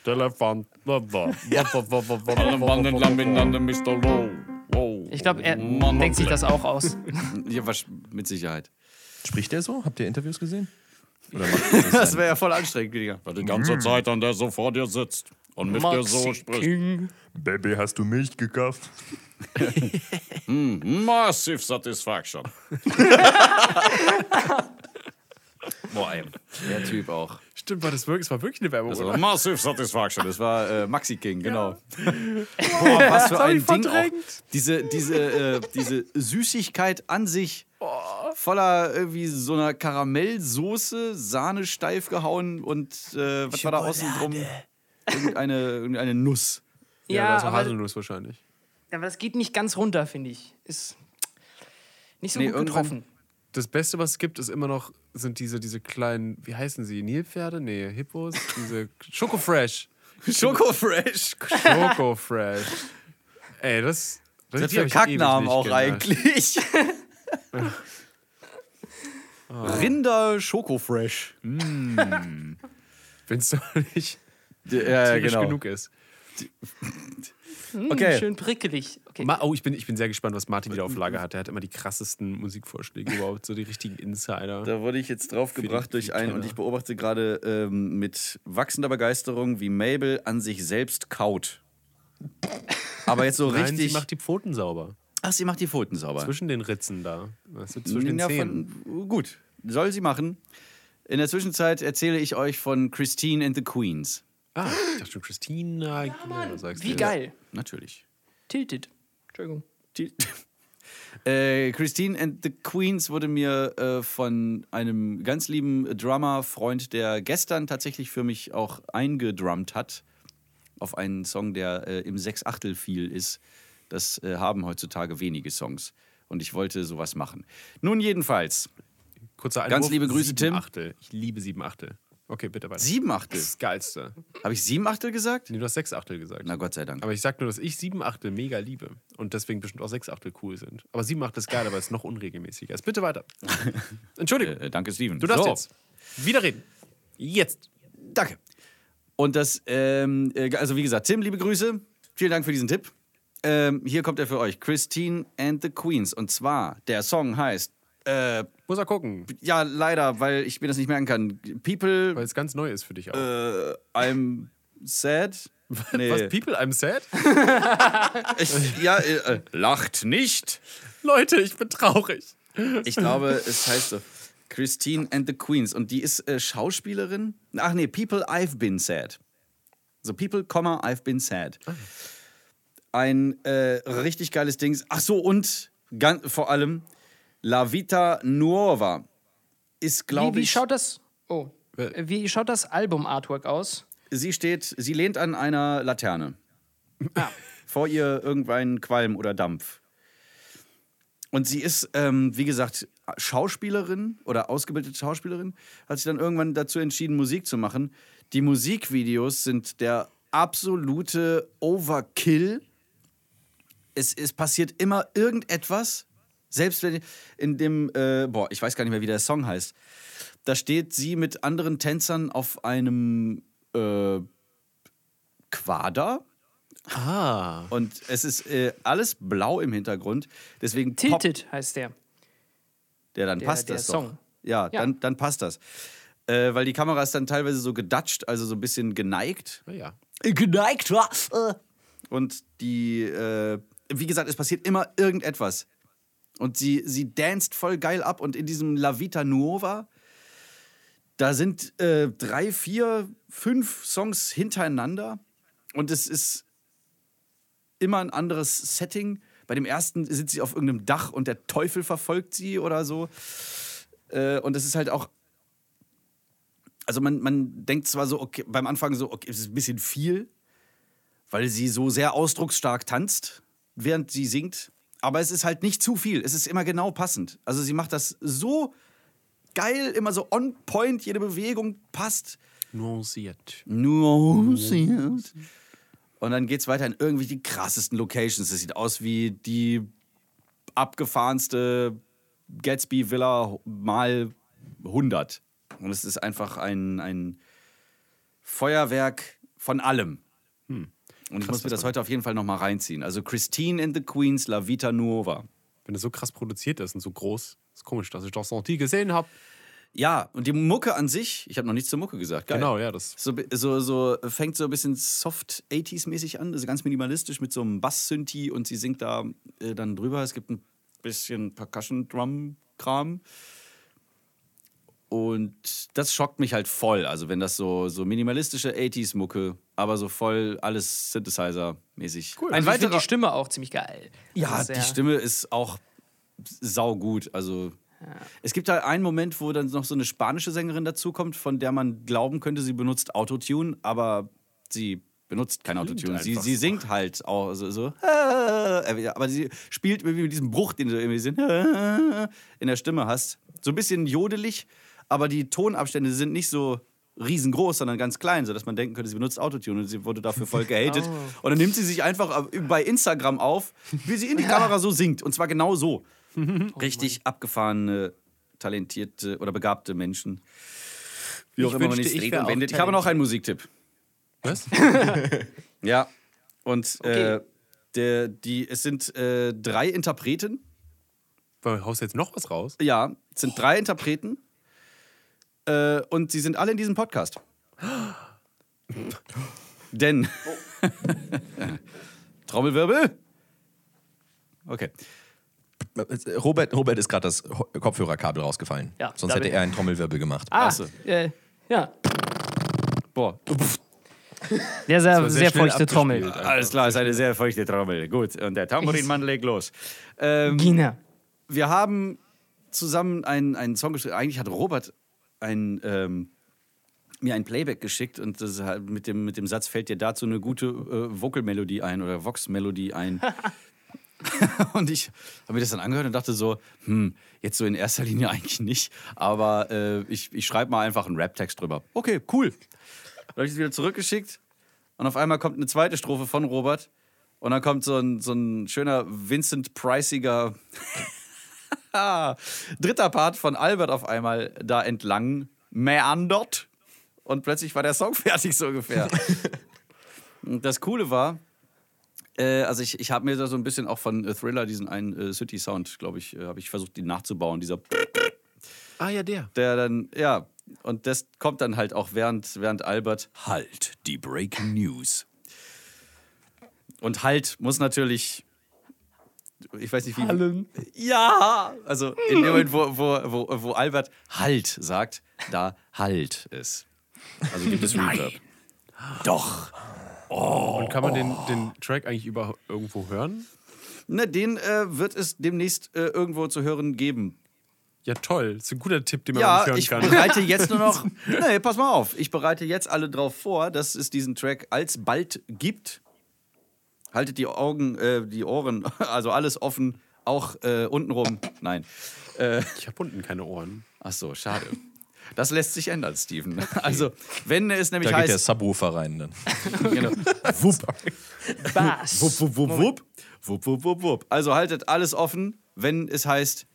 S6: Telefant. Alle Banden lang miteinander, Mr. Low. Wow.
S3: Ich glaube, er denkt sich das auch aus.
S1: ja, wasch- mit Sicherheit.
S4: Spricht der so? Habt ihr Interviews gesehen?
S1: Das wäre ja voll anstrengend, Digga.
S6: Weil die ganze Zeit an der so vor dir sitzt und mit dir so spricht.
S8: Baby, hast du Milch gekauft?
S6: Massive Satisfaction.
S1: Boah, ey. Der Typ auch.
S2: Stimmt, war das wirklich, es war wirklich eine Werbung.
S1: Also,
S6: Das
S2: oder?
S6: war Massive Satisfaction. Das war äh, Maxi King, genau. Boah, was für
S2: hab ich
S6: ein Ding. Auch.
S2: verdrängt.
S6: Diese, diese, äh, diese Süßigkeit an sich. Voller irgendwie so einer Karamellsoße, Sahne steif gehauen und äh, was war da außen drum? Irgendeine, irgendeine Nuss.
S2: ja, da ist auch
S3: aber,
S2: Haselnuss wahrscheinlich.
S3: aber das geht nicht ganz runter, finde ich. Ist nicht so
S6: Nee,
S3: gut
S6: irgendwann-
S3: getroffen.
S2: Das Beste, was es gibt, ist immer noch, sind diese, diese kleinen, wie heißen sie? Nilpferde? Nee, Hippos? Diese Schokofresh.
S6: Schoko Fresh.
S2: Schokofresh. Ey, das. das
S6: Das
S2: die
S6: für
S2: hab ich
S6: Kacknamen
S2: ewig nicht
S6: auch
S2: genannt.
S6: eigentlich. Rinder Schoko Fresh.
S2: Wenn es doch nicht
S6: Ja, genau.
S2: tierisch genug ist.
S3: Hm,
S6: okay.
S3: Schön prickelig. Okay.
S2: Ma oh, ich bin, ich bin sehr gespannt, was Martin
S6: Mhm.
S2: wieder auf Lager hat. Er hat immer die krassesten Musikvorschläge überhaupt, so die richtigen Insider.
S6: Da wurde ich jetzt
S2: Für die-
S6: draufgebracht
S2: für die
S6: durch einen und
S2: Kenner.
S6: ich beobachte gerade ähm, mit wachsender Begeisterung, wie Mabel an sich selbst kaut. Aber jetzt so
S2: Nein,
S6: richtig.
S2: sie macht die Pfoten sauber.
S6: ach, sie macht die Pfoten sauber.
S2: Zwischen den Ritzen da. Weißt du, zwischen den
S6: Ja,
S2: Zähnen.
S6: von, gut, soll sie machen. In der Zwischenzeit erzähle ich euch von Christine and the Queens.
S2: Ah, ich dachte schon, Christina. Ja, sagst
S3: Wie
S2: du.
S3: geil.
S6: Natürlich.
S3: Tilted. Entschuldigung.
S6: Die- Äh, Christine and the Queens wurde mir äh, von einem ganz lieben Drummer-Freund, der gestern tatsächlich für mich auch eingedrummt hat, auf einen Song, der äh, im Sechsachtel viel ist. Das äh, haben heutzutage wenige Songs. Und ich wollte sowas machen. Nun jedenfalls,
S2: Kurzer
S6: Ganz
S2: Einwurf,
S6: liebe Grüße,
S2: sieben
S6: Tim.
S2: Achtel. Ich liebe sieben Achtel. Okay, bitte weiter.
S6: sieben
S2: Das
S6: Achtel.
S2: ist das Geilste.
S6: Habe ich sieben Achtel gesagt?
S2: Nee, du hast sechs Achtel gesagt.
S6: Na Gott sei Dank.
S2: Aber ich sag nur, dass ich sieben Achtel mega liebe. Und deswegen bestimmt auch sechs Achtel cool sind. Aber sieben Achtel ist geil, aber es ist noch unregelmäßiger. Ist bitte weiter. Entschuldigung.
S6: Äh, danke, Steven.
S2: Du darfst
S6: So.
S2: jetzt wieder reden. Jetzt.
S6: Danke. Und das, ähm, äh, also wie gesagt, Tim, liebe Grüße. Vielen Dank für diesen Tipp. Ähm, hier kommt er für euch. Christine and the Queens. Und zwar, der Song heißt, äh,
S2: Muss er gucken,
S6: ja, leider, weil ich mir das nicht merken kann. People,
S2: weil es ganz neu ist für dich auch.
S6: äh, I'm sad. Nee.
S2: Was, People, I'm sad?
S6: Ich, ja, äh, äh, lacht nicht.
S2: Leute, ich bin traurig.
S6: Ich glaube, es heißt so. Christine and the Queens. Und die ist äh, Schauspielerin. Ach nee, People I've Been Sad. So People, comma, I've Been Sad. Ein äh, richtig geiles Ding. Ach so, und ganz, vor allem La Vita Nuova ist,
S3: Wie,
S6: glaube
S3: wie
S6: ich,
S3: schaut das? Oh. Äh, Wie schaut das Album-Artwork aus?
S6: sie steht, sie lehnt an einer Laterne. Vor ihr irgendein Qualm oder Dampf. Und sie ist, ähm, wie gesagt, Schauspielerin oder ausgebildete Schauspielerin, hat sich dann irgendwann dazu entschieden, Musik zu machen. Die Musikvideos sind der absolute Overkill. Es, es passiert immer irgendetwas. Selbst wenn in dem, äh, boah, ich weiß gar nicht mehr, wie der Song heißt. Da steht sie mit anderen Tänzern auf einem äh, Quader
S2: Ah.
S6: und es ist äh, alles blau im Hintergrund. Deswegen poppt
S3: Tilted heißt der.
S6: Ja, dann
S3: Der-
S6: passt
S3: der
S6: das
S3: Song.
S6: doch. Ja,
S3: Ja.
S6: Dann, dann passt das. Äh, weil die Kamera ist dann teilweise so gedatscht, also so ein bisschen geneigt.
S2: Naja.
S6: Geneigt, wa? Und die, äh, wie gesagt, es passiert immer irgendetwas. Und sie, sie danst voll geil ab. Und in diesem La Vita Nuova, da sind äh, drei, vier, fünf Songs hintereinander. Und es ist immer ein anderes Setting. Bei dem ersten sitzt sie auf irgendeinem Dach und der Teufel verfolgt sie oder so. Äh, und es ist halt auch. Also man, man denkt zwar so, okay, beim Anfang so, okay, es ist ein bisschen viel, weil sie so sehr ausdrucksstark tanzt, während sie singt. Aber es ist halt nicht zu viel. Es ist immer genau passend. Also sie macht das so geil, immer so on point, jede Bewegung passt.
S2: Nuanciert.
S6: Nuanciert. Und dann geht's weiter in irgendwie die krassesten Locations. Das sieht aus wie die abgefahrenste Gatsby Villa mal 100. Und es ist einfach ein, ein Feuerwerk von allem.
S2: Hm.
S6: Und ich muss mir das heute auf jeden Fall nochmal reinziehen. Also Christine and the Queens, La Vita Nuova.
S2: Wenn es so krass produziert ist und so groß, ist komisch, dass ich das noch nie gesehen habe.
S6: Ja, und die Mucke an sich, ich habe noch nichts zur Mucke gesagt. Geil.
S2: Genau, ja, das.
S6: So, bi- so, so fängt so ein bisschen soft 80s-mäßig an, also ganz minimalistisch mit so einem Bass-Synthi und sie singt da äh, dann drüber. Es gibt ein bisschen Percussion-Drum-Kram.
S1: Und das schockt mich halt voll. Also, wenn das so, so minimalistische 80s-Mucke, aber so voll alles Synthesizer-mäßig. Cool. Ein
S3: Also ich finde
S1: weiterer,
S3: die Stimme auch ziemlich geil. Das
S1: ja,
S3: ist
S1: die Stimme ist auch saugut. Also es gibt halt einen Moment, wo dann noch so eine spanische Sängerin dazukommt, von der man glauben könnte, sie benutzt Autotune, aber sie benutzt kein Autotune. Sie, sie singt halt auch so, so äh, aber sie spielt irgendwie mit diesem Bruch, den du irgendwie so, äh, in der Stimme hast. So ein bisschen jodelig, aber die Tonabstände sind nicht so riesengroß, sondern ganz klein, sodass man denken könnte, sie benutzt Autotune und sie wurde dafür voll gehatet.
S3: Oh.
S1: Und dann nimmt sie sich einfach äh, bei Instagram auf, wie sie in die Kamera so singt. Und zwar genau so.
S3: Oh
S1: Richtig abgefahrene, talentierte oder begabte Menschen. Wie auch
S3: Ich
S1: immer man
S3: wünschte,
S1: es
S3: ich
S1: dreht
S3: wär
S1: und
S3: auch
S1: wendet. Ich habe noch einen Musiktipp.
S2: Was?
S1: Ja. Und
S3: Okay.
S1: äh, der, die, es sind äh, drei Interpreten.
S2: Weil, haust du jetzt noch was raus?
S1: Ja, es sind drei Interpreten. Äh, und sie sind alle in diesem Podcast. Denn. Oh. Trommelwirbel. Okay.
S4: Äh, Robert, Robert ist gerade das Ho- Kopfhörerkabel rausgefallen.
S3: Ja,
S4: Sonst
S3: da
S4: hätte
S3: bin
S4: er einen Trommelwirbel gemacht.
S3: Ah,
S1: Achso.
S3: äh, ja.
S1: Boah.
S3: Der sehr,
S2: war sehr
S3: sehr
S2: schnell
S3: feuchte Trommel.
S2: abgespielt.
S1: Alles klar, ist eine sehr feuchte Trommel. Gut. Und der Tambourinmann legt los. Ähm,
S3: Gina.
S1: wir haben zusammen einen, einen Song geschrieben. Eigentlich hat Robert ein, ähm, mir ein Playback geschickt und das hat mit, dem, mit dem Satz fällt dir dazu eine gute äh, Vocal-Melodie ein oder Vox-Melodie ein. und ich habe mir das dann angehört und dachte so, hm, jetzt so in erster Linie eigentlich nicht, aber äh, ich, ich schreibe mal einfach einen Rap-Text drüber. Okay, cool. Dann habe ich es wieder zurückgeschickt und auf einmal kommt eine zweite Strophe von Robert und dann kommt so ein, so ein schöner Vincent Priceiger dritter Part von Albert auf einmal da entlang meandert und plötzlich war der Song fertig so ungefähr. und das Coole war, äh, also ich, ich habe mir da so ein bisschen auch von äh, Thriller diesen einen äh, City Sound, glaube ich, äh, habe ich versucht, den nachzubauen, dieser
S2: Ah ja, der.
S1: der dann, ja, und das kommt dann halt auch während, während Albert halt die Breaking News. Und halt muss natürlich, ich weiß nicht wie. Hallen. Ja, also in dem Moment, wo, wo, wo, wo Albert halt sagt, da halt es. Also gibt es Reverb. Doch.
S2: Und kann man den, den Track eigentlich über, irgendwo hören?
S1: Na, den äh, wird es demnächst äh, irgendwo zu hören geben.
S2: Ja, toll. Das ist ein guter Tipp, den man
S1: Ja,
S2: nicht hören
S1: ich
S2: kann.
S1: bereite jetzt nur noch. Nee, pass mal auf. Ich bereite jetzt alle drauf vor, dass es diesen Track alsbald gibt. Haltet die Augen, äh, die Ohren, also alles offen, auch äh, untenrum. Nein.
S2: Ich habe unten keine Ohren.
S1: Ach so, schade. Das lässt sich ändern, Steven. Also, wenn es nämlich
S4: Da geht der
S1: heißt.
S4: Subwoofer rein dann.
S1: Genau.
S3: Bass.
S1: Wupp, wupp, wupp. Wupp, wupp, wupp, wupp. Also haltet alles offen, wenn es heißt,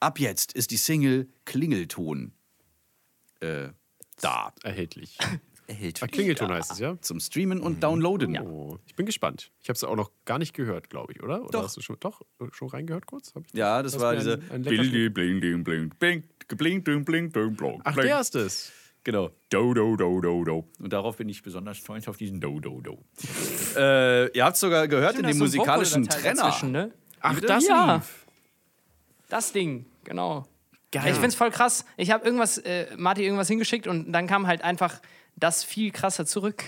S1: ab jetzt ist die Single Klingelton. Äh, da.
S2: Erhältlich.
S1: Erhält
S2: Ah, Klingelton heißt es, ja?
S1: Zum Streamen und Downloaden.
S2: Oh, ich bin gespannt. Ich habe es auch noch gar nicht gehört, glaube ich, oder? oder
S1: Doch.
S2: Hast du schon, doch, äh, schon reingehört kurz? Hab ich
S1: Ja, das
S2: hast
S1: war
S2: mir
S1: diese.
S2: Ein, ein lecker Schnitt-
S6: Bling, bling, bling, bling, bling, bling, bling, bling, bling, bling.
S2: Ach, der ist es.
S1: Genau.
S6: Do, do, do, do, do.
S1: Und darauf bin ich besonders stolz auf diesen Do Do Do. äh, ihr habt sogar gehört in dem musikalischen Trenner.
S3: Ne?
S2: Ach,
S3: Das
S2: das
S3: ja.
S2: lief.
S3: Das Ding, genau. Ich find's voll krass. Ich habe irgendwas, äh, Martin irgendwas hingeschickt und dann kam halt einfach das viel krasser zurück.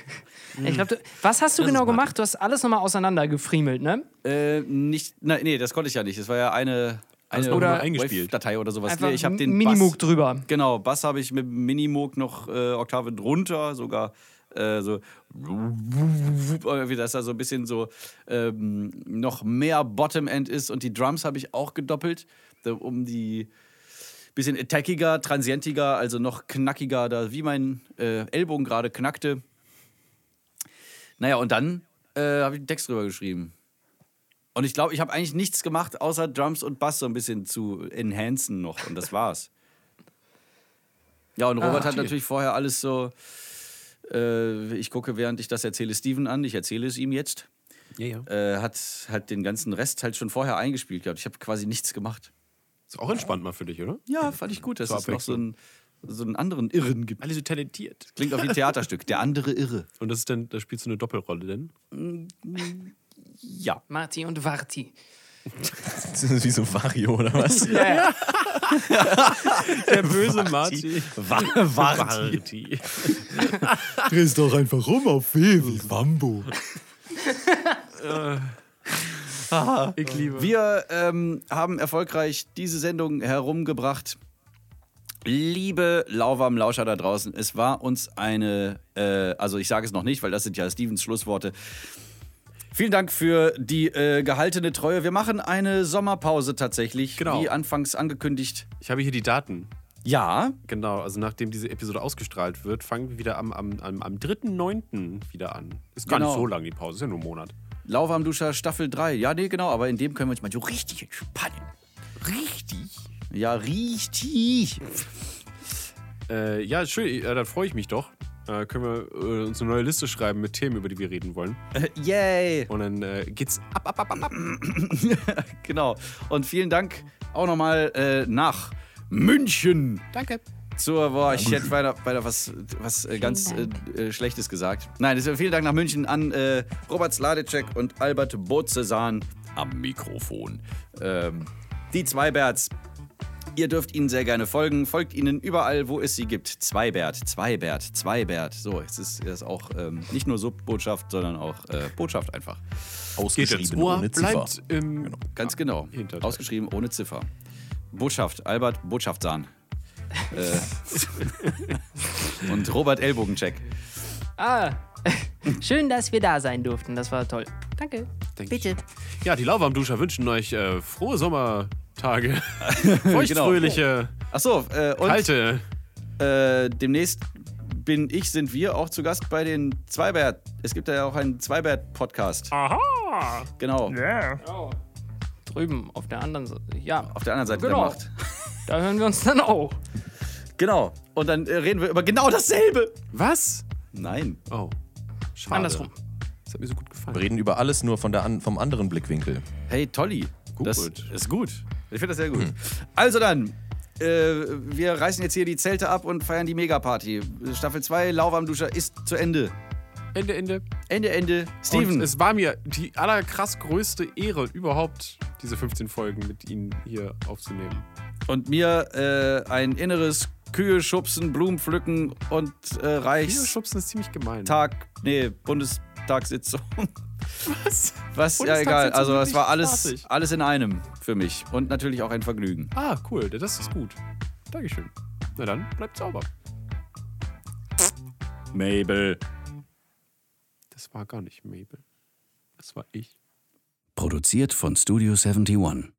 S3: Ich glaub, du, was hast du genau gemacht? Du hast alles nochmal auseinander gefriemelt, ne?
S1: Äh, nicht, nein, nee, das konnte ich ja nicht. Das war ja eine, eine
S2: noch
S1: oder
S2: mal eingespielt.
S1: Datei oder sowas.
S3: Einfach
S1: Nee, ich habe den
S3: Minimoog
S1: Bass,
S3: drüber.
S1: Genau, Bass habe ich mit dem Minimoog noch äh, Oktave drunter, sogar äh, so irgendwie, dass da so also ein bisschen so ähm, noch mehr Bottom-End ist und die Drums habe ich auch gedoppelt, da- um die bisschen attackiger, transientiger, also noch knackiger, da wie mein äh, Ellbogen gerade knackte. Naja, und dann äh, habe ich einen Text drüber geschrieben. Und ich glaube, ich habe eigentlich nichts gemacht, außer Drums und Bass so ein bisschen zu enhancen noch. Und das war's. Ja, und Robert hat natürlich vorher alles so. Äh, ich gucke, während ich das erzähle, Steven an. Ich erzähle es ihm jetzt.
S2: Ja, ja.
S1: Äh, hat halt den ganzen Rest halt schon vorher eingespielt gehabt. Ich habe quasi nichts gemacht.
S2: Ist auch entspannt mal für dich, oder?
S1: Ja, fand ich gut, dass
S2: Zur
S1: es noch so einen, so einen anderen Irren gibt.
S2: Alle so talentiert.
S1: Klingt auch wie ein Theaterstück. Der andere Irre.
S2: Und das ist dann, da spielst du eine Doppelrolle denn?
S1: Ja.
S3: Marti und Varti.
S4: Das ist wie so Vario oder was?
S2: Der böse Marty.
S6: Warte.
S2: Marty.
S9: Drehst doch einfach rum auf W wie Wambo.
S2: Ich liebe.
S6: Wir ähm, haben erfolgreich diese Sendung herumgebracht. Liebe Lauwarm-Lauscher da draußen, es war uns eine, äh, also ich sage es noch nicht, weil das sind ja Stevens Schlussworte. Vielen Dank für die äh, gehaltene Treue. Wir machen eine Sommerpause tatsächlich,
S2: Genau.
S6: wie anfangs angekündigt.
S2: Ich habe hier die Daten.
S6: Ja,
S2: Genau, also nachdem diese Episode ausgestrahlt wird, fangen wir wieder am, am, am, am 3.9. wieder an. Ist gar
S6: Genau.
S2: nicht so lang die Pause, ist ja nur ein Monat.
S6: Lauwarm-Duscher Staffel 3. Ja, nee, genau, aber in dem können wir uns mal so richtig entspannen. Richtig? Ja, richtig.
S2: Äh, ja, schön, äh, dann freue ich mich doch. Äh, können wir äh, uns eine neue Liste schreiben mit Themen, über die wir reden wollen.
S6: Yay.
S2: Und dann äh, geht's ab, ab, ab, ab, ab.
S6: genau. Und vielen Dank auch nochmal äh, nach München.
S2: Danke.
S6: Zur, boah, ich hätte weiter, weiter was, was äh, ganz äh, äh, Schlechtes gesagt. Nein, das, vielen Dank nach München an äh, Robert Sladecek und Albert Bozesan am Mikrofon. Ähm, die Zweiberts. Ihr dürft ihnen sehr gerne folgen. Folgt ihnen überall, wo es sie gibt. Zweibert, Zweibert, Zweibert. So, es ist, es ist auch ähm, nicht nur Subbotschaft, sondern auch äh, Botschaft einfach.
S2: Geht ins
S4: Ausgeschrieben
S2: Ohr,
S4: ohne Ziffer.
S2: bleibt im...
S6: Ganz genau.
S2: Ah, hinter-
S6: Ausgeschrieben ohne Ziffer. Botschaft, Albert Botschaftsan. äh, und Robert Ellbogencheck.
S3: Ah, schön, dass wir da sein durften. Das war toll. Danke.
S10: Bitte.
S2: Ja, die Laube am Duscher wünschen euch äh, frohe Sommertage. Feuchtfröhliche,
S6: Achso, äh, Genau. und
S2: kalte...
S6: äh, demnächst bin ich, sind wir auch zu Gast bei den Zweibert. Es gibt da ja auch einen Zweibert-Podcast. Aha! Genau.
S3: Drüben auf der anderen Seite. Ja,
S6: Auf der anderen Seite
S3: Genau.
S6: der Macht.
S3: da hören wir uns dann auch.
S6: Genau. Und dann äh, reden wir über genau dasselbe.
S2: Was?
S6: Nein.
S2: Oh, schade.
S3: Andersrum.
S2: Das hat mir so gut gefallen.
S4: Wir reden über alles nur von der an, vom anderen Blickwinkel.
S6: Hey, Tolli.
S2: Gut.
S6: Das ist gut. Ich finde das sehr gut.
S2: Hm.
S6: Also dann, äh, wir reißen jetzt hier die Zelte ab und feiern die Megaparty. Staffel 2, Lauwarm Duscher ist zu Ende.
S2: Ende, Ende.
S6: Ende, Ende.
S2: Und
S6: Steven.
S2: es war mir die allerkrass größte Ehre überhaupt, diese 15 Folgen mit Ihnen hier aufzunehmen.
S6: Und mir äh, ein inneres Kühe schubsen, Blumen pflücken und äh,
S2: Hier
S6: Reichstag,
S2: schubsen ist ziemlich gemein.
S6: nee, Bundestagssitzung.
S2: Was?
S6: Was, ja egal,
S2: Bundestagssitzung
S6: also
S2: wird
S6: es
S2: nicht
S6: war alles,
S2: fertig.
S6: alles in einem für mich. Und natürlich auch ein Vergnügen.
S2: Ah, cool. Das ist gut. Dankeschön. Na dann, bleibt sauber.
S6: Mabel.
S2: Das war gar nicht Mabel. Das war ich.
S6: Produziert von Studio 71.